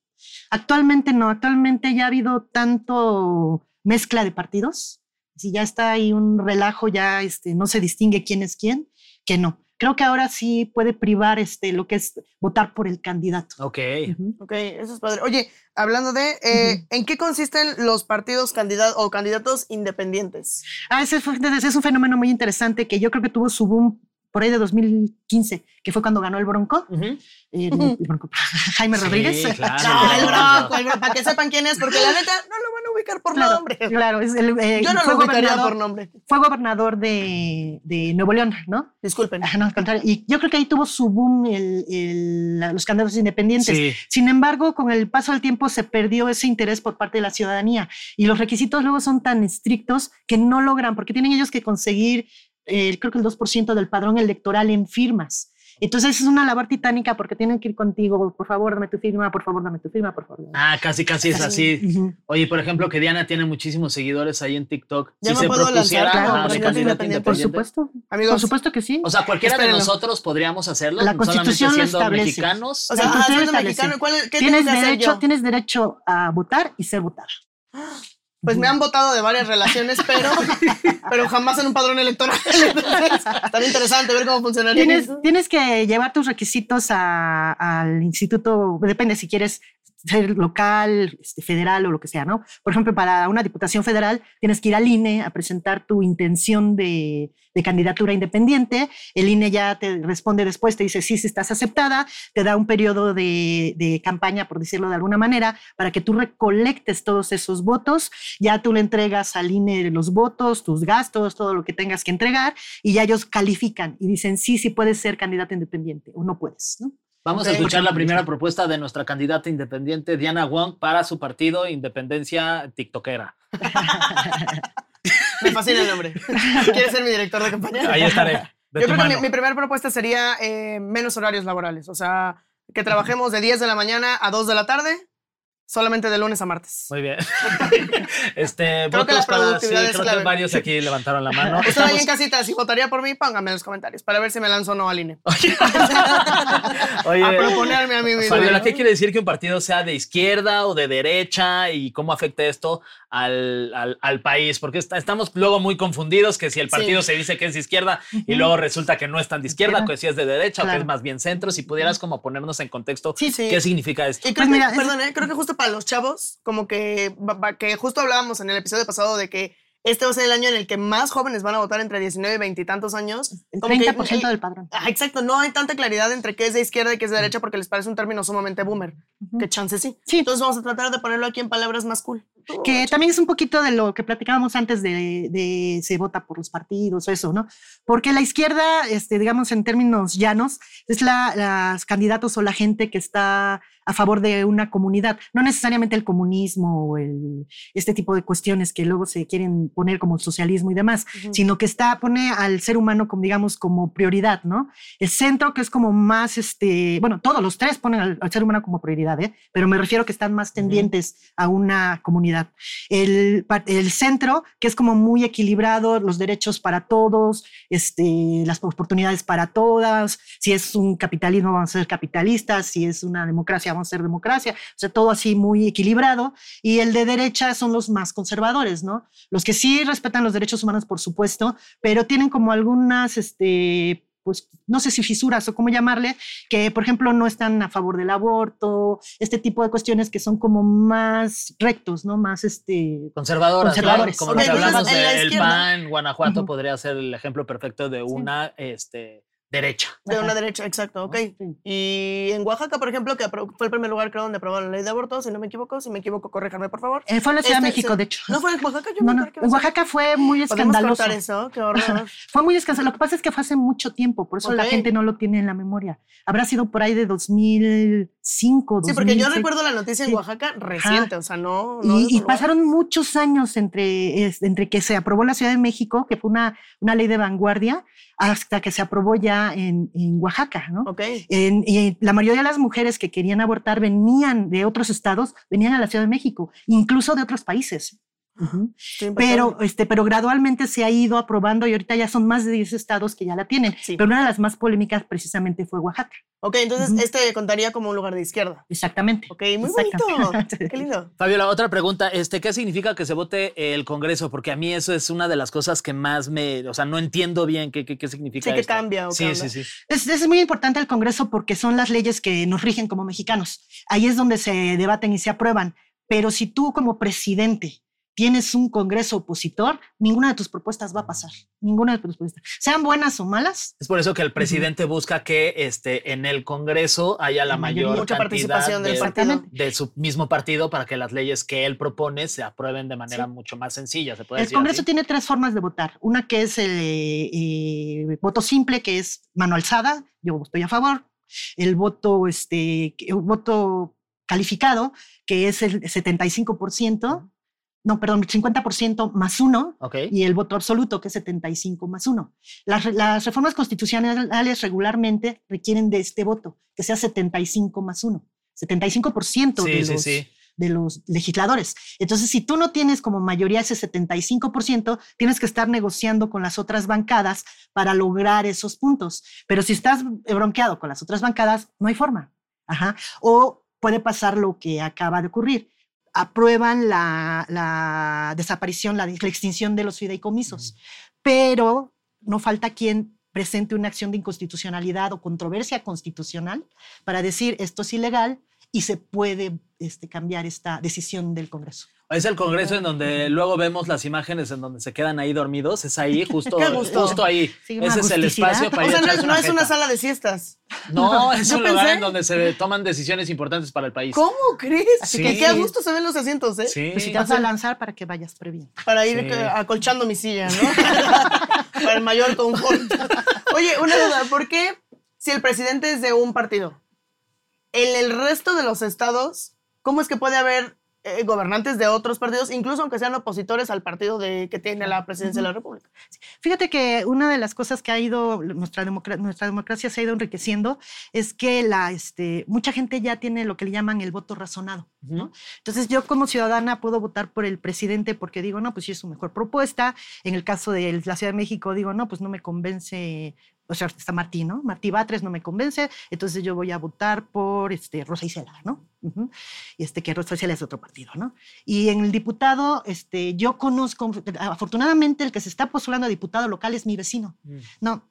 [SPEAKER 4] Actualmente no, actualmente ya ha habido tanto mezcla de partidos, si ya está ahí un relajo, ya este, no se distingue quién es quién, que no. Creo que ahora sí puede privar este, lo que es votar por el candidato.
[SPEAKER 2] Ok.
[SPEAKER 4] Ujú.
[SPEAKER 3] Ok, eso es padre. Oye, hablando de, eh, ¿en qué consisten los partidos candidatos o candidatos independientes?
[SPEAKER 4] Ah, ese, fue- ese es un fenómeno muy interesante que yo creo que tuvo su boom por ahí de 2015, que fue cuando ganó el Bronco,
[SPEAKER 2] Ujú.
[SPEAKER 4] eh, el- el Bronco, Jaime
[SPEAKER 2] Sí,
[SPEAKER 4] Rodríguez.
[SPEAKER 2] claro.
[SPEAKER 3] Ah, No, el
[SPEAKER 2] Bronco.
[SPEAKER 3] bronco, el bronco, para que sepan quién es, porque la neta no lo van a ubicar por
[SPEAKER 4] Claro,
[SPEAKER 3] nombre.
[SPEAKER 4] Claro, es el, eh,
[SPEAKER 3] Yo no
[SPEAKER 4] fue
[SPEAKER 3] lo ubicaría
[SPEAKER 4] gobernador-
[SPEAKER 3] por nombre.
[SPEAKER 4] Fue gobernador de, de Nuevo León, ¿no?
[SPEAKER 3] Disculpen.
[SPEAKER 4] Ajá, no, al contrario. Y yo creo que ahí tuvo su boom el- el- la- los candidatos independientes.
[SPEAKER 2] Sí.
[SPEAKER 4] Sin embargo, con el paso del tiempo se perdió ese interés por parte de la ciudadanía y los requisitos luego son tan estrictos que no logran, porque tienen ellos que conseguir, eh, creo que el 2% del padrón electoral en firmas. Entonces es una labor titánica porque tienen que ir contigo, por favor, dame tu firma, por favor, dame tu firma, por favor.
[SPEAKER 2] Ah, casi, casi es así.
[SPEAKER 4] Ujú.
[SPEAKER 2] Oye, por ejemplo, que Diana tiene muchísimos seguidores ahí en TikTok.
[SPEAKER 3] Ya
[SPEAKER 2] si
[SPEAKER 3] me
[SPEAKER 2] se
[SPEAKER 3] puedo
[SPEAKER 2] propusiera
[SPEAKER 3] lanzar,
[SPEAKER 4] claro,
[SPEAKER 2] ajá, de
[SPEAKER 4] por
[SPEAKER 2] candidata
[SPEAKER 3] supuesto,
[SPEAKER 2] independiente.
[SPEAKER 4] Por supuesto, por
[SPEAKER 3] Amigos,
[SPEAKER 4] supuesto que sí.
[SPEAKER 2] O sea, cualquiera
[SPEAKER 3] Espérenlo.
[SPEAKER 2] de nosotros podríamos hacerlo.
[SPEAKER 4] La Constitución
[SPEAKER 2] solamente
[SPEAKER 4] lo
[SPEAKER 2] siendo
[SPEAKER 4] establece.
[SPEAKER 2] mexicanos.
[SPEAKER 3] o sea,
[SPEAKER 4] la
[SPEAKER 3] ajá,
[SPEAKER 4] Constitución
[SPEAKER 3] siendo
[SPEAKER 4] establece.
[SPEAKER 3] Ah, mexicano, ¿cuál- ¿qué tengo
[SPEAKER 4] tienes
[SPEAKER 3] que hacer
[SPEAKER 4] derecho,
[SPEAKER 3] yo?
[SPEAKER 4] tienes derecho a votar y ser votada.
[SPEAKER 3] Pues me han votado de varias relaciones, pero, pero jamás en un padrón electoral. Entonces, tan interesante ver cómo funcionaría.
[SPEAKER 4] Tienes,
[SPEAKER 3] eso.
[SPEAKER 4] tienes que llevar tus requisitos a- al instituto, depende si quieres ser local, este, federal o lo que sea, ¿no? Por ejemplo, para una diputación federal tienes que ir al INE a presentar tu intención de, de candidatura independiente. El INE ya te responde después, te dice sí, si estás aceptada, te da un periodo de, de campaña, por decirlo de alguna manera, para que tú recolectes todos esos votos. Ya tú le entregas al INE los votos, tus gastos, todo lo que tengas que entregar y ya ellos califican y dicen sí, sí puedes ser candidato independiente o no puedes. ¿no?
[SPEAKER 2] Vamos a
[SPEAKER 3] Ok.
[SPEAKER 2] escuchar la primera propuesta de nuestra candidata independiente, Diana Wong, para su partido Independencia TikTokera.
[SPEAKER 3] Me fascina el nombre. ¿Quieres ser mi director de campaña?
[SPEAKER 1] Ahí estaré. De tu
[SPEAKER 3] Yo creo que mi,
[SPEAKER 1] mano.
[SPEAKER 3] mi primera propuesta sería eh, menos horarios laborales. O sea, que trabajemos de 10 de la mañana a 2 de la tarde solamente de lunes a martes.
[SPEAKER 2] Muy bien. este,
[SPEAKER 3] Creo que la
[SPEAKER 2] votos para-
[SPEAKER 3] productividad
[SPEAKER 2] sí,
[SPEAKER 3] es
[SPEAKER 2] creo
[SPEAKER 3] clave.
[SPEAKER 2] que varios aquí levantaron la mano.
[SPEAKER 3] Usted ahí en
[SPEAKER 2] Estamos-
[SPEAKER 3] casita, si votaría por mí, póngame en los comentarios para ver si me lanzo o no al INE.
[SPEAKER 2] Oye,
[SPEAKER 3] a proponerme a mí mismo.
[SPEAKER 2] Fabiola,
[SPEAKER 6] ¿no?
[SPEAKER 2] ¿qué quiere decir que un partido sea de izquierda o de derecha y cómo afecta esto al, al- al país? Porque está- estamos luego muy confundidos que si el partido se dice que es de izquierda y luego resulta que no es tan de izquierda,
[SPEAKER 4] Izquierda.
[SPEAKER 2] que si es de derecha o que
[SPEAKER 4] Claro.
[SPEAKER 2] es más bien centro, si pudieras como ponernos en contexto,
[SPEAKER 3] Sí, sí.
[SPEAKER 2] ¿qué significa esto?
[SPEAKER 3] Y creo
[SPEAKER 4] Pues mira,
[SPEAKER 3] que,
[SPEAKER 4] es-
[SPEAKER 3] perdón, ¿eh? creo que justo para los chavos, como que, va- va- que justo hablábamos en el episodio pasado de que este va a ser el año en el que más jóvenes van a votar entre 19 y 20 y tantos años.
[SPEAKER 4] El
[SPEAKER 3] Como que-
[SPEAKER 4] 30% del padrón.
[SPEAKER 3] Ah, exacto, no hay tanta claridad entre qué es de izquierda y qué es de derecha porque les parece un término sumamente boomer. Que chance sí.
[SPEAKER 4] Mm. Sí.
[SPEAKER 3] Entonces vamos a tratar de ponerlo aquí en palabras más cool.
[SPEAKER 4] Que también es un poquito de lo que platicábamos antes de, de se vota por los partidos, eso, ¿no? Porque la izquierda, este, digamos en términos llanos, es la, los candidatos o la gente que está a favor de una comunidad, no necesariamente el comunismo o el, este tipo de cuestiones que luego se quieren poner como el socialismo y demás, sino que está, pone al ser humano, como, digamos, como prioridad, ¿no? El centro que es como más, este, bueno, todos los tres ponen al, al ser humano como prioridad, ¿eh? pero me refiero que están más tendientes a una comunidad. El, pa- el centro que es como muy equilibrado, los derechos para todos, este, las oportunidades para todas, si es un capitalismo vamos a ser capitalistas, si es una democracia vamos a ser democracia, o sea, todo así muy equilibrado. Y el de derecha son los más conservadores, ¿no? Los que sí respetan los derechos humanos, por supuesto, pero tienen como algunas, este, pues no sé si fisuras o cómo llamarle, que por ejemplo no están a favor del aborto, este tipo de cuestiones que son como más rectos, ¿no? Más este...
[SPEAKER 2] Conservadoras, ¿no?
[SPEAKER 4] Conservadores.
[SPEAKER 2] como
[SPEAKER 3] Ok,
[SPEAKER 2] nos
[SPEAKER 3] entonces,
[SPEAKER 2] hablamos
[SPEAKER 3] en la
[SPEAKER 2] del
[SPEAKER 3] izquierda-
[SPEAKER 2] PAN, Guanajuato
[SPEAKER 4] Ujú.
[SPEAKER 2] podría ser el ejemplo perfecto de una este, derecha.
[SPEAKER 3] De
[SPEAKER 4] Ajá.
[SPEAKER 3] una derecha, exacto, ok.
[SPEAKER 4] Sí.
[SPEAKER 3] Y en Oaxaca, por ejemplo, que apro- fue el primer lugar, creo, donde aprobaron la ley de aborto, si no me equivoco, si me equivoco, corréjanme, por favor.
[SPEAKER 4] Eh, fue en la Ciudad de
[SPEAKER 3] Este,
[SPEAKER 4] México,
[SPEAKER 3] sí.
[SPEAKER 4] de hecho.
[SPEAKER 3] ¿No fue en Oaxaca? Yo
[SPEAKER 4] No,
[SPEAKER 3] me
[SPEAKER 4] no,
[SPEAKER 3] acuerdo que
[SPEAKER 4] en Oaxaca fue muy
[SPEAKER 3] ¿Podemos
[SPEAKER 4] escandaloso.
[SPEAKER 3] cortar eso? Qué horror.
[SPEAKER 4] Fue muy escandaloso. Lo que pasa es que fue hace mucho tiempo, por eso la
[SPEAKER 3] Ok.
[SPEAKER 4] gente no lo tiene en la memoria. Habrá sido por ahí de 2005,
[SPEAKER 3] Sí, porque yo
[SPEAKER 4] 2006.
[SPEAKER 3] recuerdo la noticia en
[SPEAKER 4] Pues Sí.
[SPEAKER 3] Oaxaca reciente, o sea, no. no
[SPEAKER 4] Y,
[SPEAKER 3] de
[SPEAKER 4] y
[SPEAKER 3] otro lugar.
[SPEAKER 4] pasaron muchos años entre, es- entre que se aprobó en la Ciudad de México, que fue una, una ley de vanguardia, hasta que se aprobó ya en, en Oaxaca, ¿no?
[SPEAKER 3] Ok.
[SPEAKER 4] En- y la mayoría de las mujeres que querían abortar venían de otros estados, venían a la Ciudad de México, incluso de otros países. Ujú.
[SPEAKER 3] estoy impactada.
[SPEAKER 4] pero, este, pero gradualmente se ha ido aprobando y ahorita ya son más de 10 estados que ya la tienen.
[SPEAKER 3] Sí.
[SPEAKER 4] Pero una de las más polémicas precisamente fue Oaxaca.
[SPEAKER 3] Ok, entonces
[SPEAKER 4] Ujú.
[SPEAKER 3] este contaría como un lugar de izquierda.
[SPEAKER 4] Exactamente.
[SPEAKER 3] Ok, muy
[SPEAKER 4] Exacto.
[SPEAKER 3] bonito.
[SPEAKER 4] Sí.
[SPEAKER 3] Qué lindo.
[SPEAKER 2] Fabiola, otra pregunta, este, ¿qué significa que se vote el Congreso? Porque a mí eso es una de las cosas que más me, o sea, no entiendo bien qué, qué, qué significa.
[SPEAKER 3] Sí, que
[SPEAKER 2] esto.
[SPEAKER 3] cambia, ¿o qué
[SPEAKER 2] Sí,
[SPEAKER 3] onda?
[SPEAKER 2] sí, sí.
[SPEAKER 4] Es, es muy importante el Congreso porque son las leyes que nos rigen como mexicanos. Ahí es donde se debaten y se aprueban. Pero si tú como presidente tienes un Congreso opositor, ninguna de tus propuestas va a pasar. Ninguna de tus propuestas. Sean buenas o malas,
[SPEAKER 2] Es por eso que el presidente busca que este, en el Congreso haya la
[SPEAKER 4] La mayoría.
[SPEAKER 2] mayor
[SPEAKER 3] Mucha
[SPEAKER 2] cantidad
[SPEAKER 3] participación del
[SPEAKER 2] de-
[SPEAKER 3] partido.
[SPEAKER 4] Exactamente.
[SPEAKER 2] de su mismo partido para que las leyes que él propone se aprueben de manera mucho más sencilla, se puede
[SPEAKER 4] El
[SPEAKER 2] decir
[SPEAKER 4] Congreso
[SPEAKER 2] pues, así?
[SPEAKER 4] tiene tres formas de votar. Una que es eh, eh, voto simple, que es mano alzada, yo estoy a favor. El voto, este, que- voto calificado, que es el 75%, no, perdón, 50% más uno,
[SPEAKER 2] Ok.
[SPEAKER 4] y el voto absoluto, que es 75 más uno. Las, re- las reformas constitucionales regularmente requieren de este voto, que sea 75 más uno. 75% de
[SPEAKER 2] Sí, sí,
[SPEAKER 4] los
[SPEAKER 2] sí.
[SPEAKER 4] de los legisladores. Entonces, si tú no tienes como mayoría ese 75%, tienes que estar negociando con las otras bancadas para lograr esos puntos. Pero si estás bronqueado con las otras bancadas, no hay forma. Ajá. O puede pasar lo que acaba de ocurrir. Aprueban la, la desaparición, la, la extinción de los fideicomisos, pero no falta quien presente una acción de inconstitucionalidad o controversia constitucional para decir esto es ilegal y se puede este, cambiar esta decisión del Congreso.
[SPEAKER 2] Es el Congreso en donde luego vemos las imágenes en donde se quedan ahí dormidos. Es ahí, justo,
[SPEAKER 3] Qué gusto.
[SPEAKER 2] justo ahí.
[SPEAKER 4] Sí, una
[SPEAKER 2] Ese es el
[SPEAKER 4] agusticidad.
[SPEAKER 2] espacio para
[SPEAKER 3] O
[SPEAKER 2] ir a
[SPEAKER 3] sea, no,
[SPEAKER 2] echarse
[SPEAKER 3] es- no es una
[SPEAKER 2] jeta.
[SPEAKER 3] sala de siestas.
[SPEAKER 2] No, es
[SPEAKER 3] Yo
[SPEAKER 2] un lugar
[SPEAKER 3] pensé-
[SPEAKER 2] en donde se toman decisiones importantes para el país.
[SPEAKER 3] ¿Cómo crees?
[SPEAKER 2] Así
[SPEAKER 3] que
[SPEAKER 2] que
[SPEAKER 3] qué a
[SPEAKER 2] sí.
[SPEAKER 3] gusto se ven los asientos, ¿eh?
[SPEAKER 2] Sí.
[SPEAKER 4] Pues si te vas a lanzar para que vayas previendo.
[SPEAKER 3] Para ir
[SPEAKER 2] Sí.
[SPEAKER 3] eh, acolchando mi silla, ¿no? Para el mayor confort. Oye, una duda, ¿por qué si el presidente es de un partido, en el resto de los estados, cómo es que puede haber eh, gobernantes de otros partidos, incluso aunque sean opositores al partido de, que tiene la presidencia de la República.
[SPEAKER 4] Fíjate que una de las cosas que ha ido, nuestra, democra- nuestra democracia se ha ido enriqueciendo, es que la, este, mucha gente ya tiene lo que le llaman el voto razonado. ¿no? Entonces yo como ciudadana puedo votar por el presidente porque digo, no, pues sí es su mejor propuesta. En el caso de la Ciudad de México digo, no, pues no me convence. O sea, está Martí, ¿no? Martí Batres no me convence, entonces yo voy a votar por este, Rosa Isela, ¿no? Ujú. Y este, que Rosa Isela es de otro partido, ¿no? Y en el diputado, este, yo conozco, afortunadamente el que se está postulando a diputado local es mi vecino. No,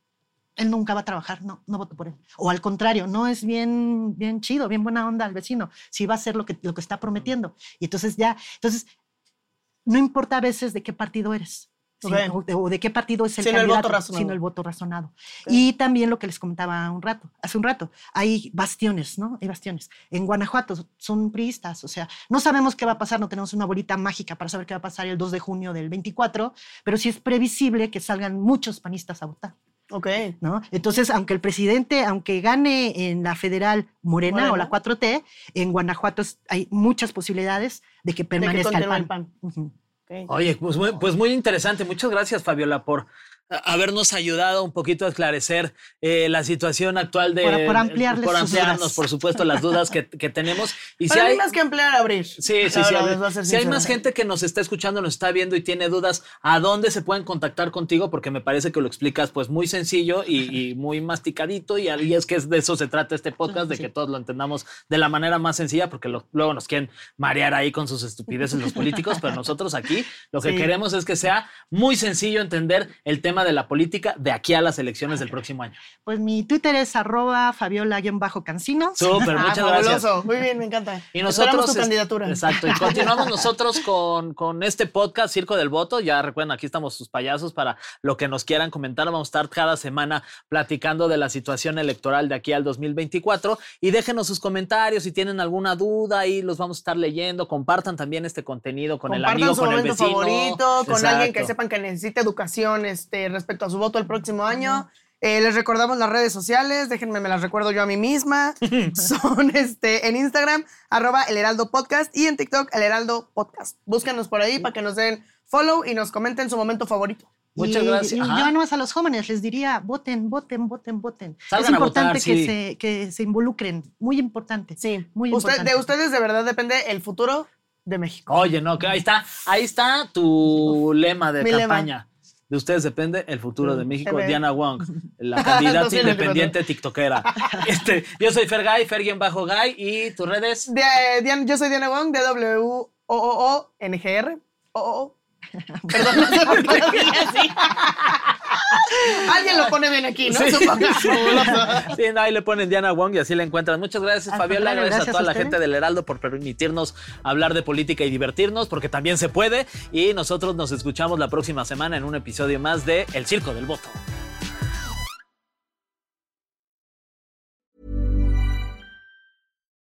[SPEAKER 4] él nunca va a trabajar, no, no voto por él. O al contrario, no es bien, bien chido, bien buena onda al vecino, si va a hacer lo que, lo que está prometiendo. Y entonces ya, entonces, no importa a veces de qué partido eres.
[SPEAKER 3] Ok.
[SPEAKER 4] sino- o de- o de qué partido es el
[SPEAKER 3] Sino el voto
[SPEAKER 4] candidato,
[SPEAKER 3] razonado.
[SPEAKER 4] sino el voto razonado. Y también lo que les comentaba un rato, hace un rato, hay bastiones, ¿no? Hay bastiones. En Guanajuato son priistas, o sea, no sabemos qué va a pasar, no tenemos una bolita mágica para saber qué va a pasar el 2 de junio del 24, pero sí es previsible que salgan muchos panistas a votar.
[SPEAKER 3] Ok.
[SPEAKER 4] ¿no? Entonces, aunque el presidente, aunque gane en la federal Morena, o la 4T, en Guanajuato es- hay muchas posibilidades de que permanezca el
[SPEAKER 3] continúe
[SPEAKER 4] PAN.
[SPEAKER 3] el PAN.
[SPEAKER 4] Ujú.
[SPEAKER 3] ok.
[SPEAKER 2] Oye, pues muy, pues muy interesante. Muchas gracias, Fabiola, por a- habernos ayudado un poquito a esclarecer eh, la situación actual de...
[SPEAKER 4] Por- por ampliarles
[SPEAKER 2] Por
[SPEAKER 4] sus
[SPEAKER 2] ampliarnos,
[SPEAKER 4] dudas.
[SPEAKER 2] por supuesto, las dudas que, que tenemos. Y si
[SPEAKER 3] Pero hay
[SPEAKER 2] hay,
[SPEAKER 3] más que emplear abrir.
[SPEAKER 2] Sí, sí,
[SPEAKER 3] La
[SPEAKER 2] sí.
[SPEAKER 3] verdad,
[SPEAKER 2] a ver,
[SPEAKER 3] les voy a ser
[SPEAKER 2] si hay
[SPEAKER 3] sincera.
[SPEAKER 2] más gente que nos está escuchando, nos está viendo y tiene dudas, ¿a dónde se pueden contactar contigo? Porque me parece que lo explicas pues muy sencillo y, y muy masticadito y, ahí es que es de eso se trata este podcast, de que todos lo entendamos de la manera más sencilla, porque lo- luego nos quieren marear ahí con sus estupideces los políticos, pero nosotros aquí lo que
[SPEAKER 3] Sí.
[SPEAKER 2] queremos es que sea muy sencillo entender el tema de la política de aquí a las elecciones del próximo año.
[SPEAKER 4] Pues mi Twitter es arroba fabiola-cancino.
[SPEAKER 2] Súper,
[SPEAKER 3] Ah,
[SPEAKER 2] muchas gracias.
[SPEAKER 3] fabuloso. Muy bien, me encanta.
[SPEAKER 2] Y
[SPEAKER 3] Esperamos
[SPEAKER 2] nosotros.
[SPEAKER 3] tu
[SPEAKER 2] es-
[SPEAKER 3] candidatura.
[SPEAKER 2] Exacto. Y continuamos nosotros con, con este podcast, Circo del Voto. Ya recuerden, aquí estamos sus payasos para lo que nos quieran comentar. Vamos a estar cada semana platicando de la situación electoral de aquí al 2024. Y déjenos sus comentarios si tienen alguna duda ahí los vamos a estar leyendo. Compartan también este contenido con
[SPEAKER 3] Compartan
[SPEAKER 2] el amigo,
[SPEAKER 3] su
[SPEAKER 2] con el
[SPEAKER 3] momento
[SPEAKER 2] vecino.
[SPEAKER 3] favorito, con alguien que
[SPEAKER 2] Exacto.
[SPEAKER 3] sepan que necesita educación este, respecto a su voto el próximo año. Eh, les recordamos las redes sociales, déjenme, me las recuerdo yo a mí misma. Son este, en Instagram, arroba el Heraldo Podcast y en TikTok, el Heraldo Podcast. Búscanos por ahí para que nos den follow y nos comenten su momento favorito.
[SPEAKER 2] Muchas
[SPEAKER 4] Y-
[SPEAKER 2] gracias.
[SPEAKER 4] Y
[SPEAKER 2] Ajá.
[SPEAKER 4] yo no es a los jóvenes, les diría, voten, voten, voten, voten.
[SPEAKER 2] Salgan
[SPEAKER 4] es
[SPEAKER 2] a
[SPEAKER 4] importante
[SPEAKER 2] votar,
[SPEAKER 4] que,
[SPEAKER 2] sí.
[SPEAKER 4] se, que se involucren, muy importante.
[SPEAKER 3] Sí,
[SPEAKER 4] muy
[SPEAKER 3] Usted-
[SPEAKER 4] importante.
[SPEAKER 3] de ustedes de verdad depende el futuro de México.
[SPEAKER 2] Oye, no, que ahí está, ahí está tu lema de
[SPEAKER 3] Mi lema. Mm,
[SPEAKER 2] campaña. De ustedes depende el futuro de México.
[SPEAKER 3] Efe.
[SPEAKER 2] Diana Wong, la candidata
[SPEAKER 3] No sé,
[SPEAKER 2] independiente tiktokera. Este, yo soy Fergay, Fer-Bajo-Gay y tus redes.
[SPEAKER 3] De- eh, Dian- yo soy Diana Wong, de w o o NGR. O-O-O. Perdón, no sé por qué lo dije así. Alguien lo pone bien aquí, ¿no?
[SPEAKER 2] Sí.
[SPEAKER 3] Supongo.
[SPEAKER 2] Sí, no, ahí le ponen Diana Wong y así la encuentran. Muchas gracias,
[SPEAKER 3] Ah,
[SPEAKER 4] Al
[SPEAKER 2] Fabiola.
[SPEAKER 4] contrario,
[SPEAKER 2] Gracias, a
[SPEAKER 4] gracias
[SPEAKER 2] toda
[SPEAKER 4] a
[SPEAKER 2] la
[SPEAKER 4] ustedes.
[SPEAKER 2] gente del Heraldo por permitirnos hablar de política y divertirnos, porque también se puede. Y nosotros nos escuchamos la próxima semana en un episodio más de El Circo del Voto.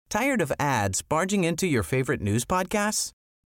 [SPEAKER 5] Tired of ads barging into your favorite news podcasts?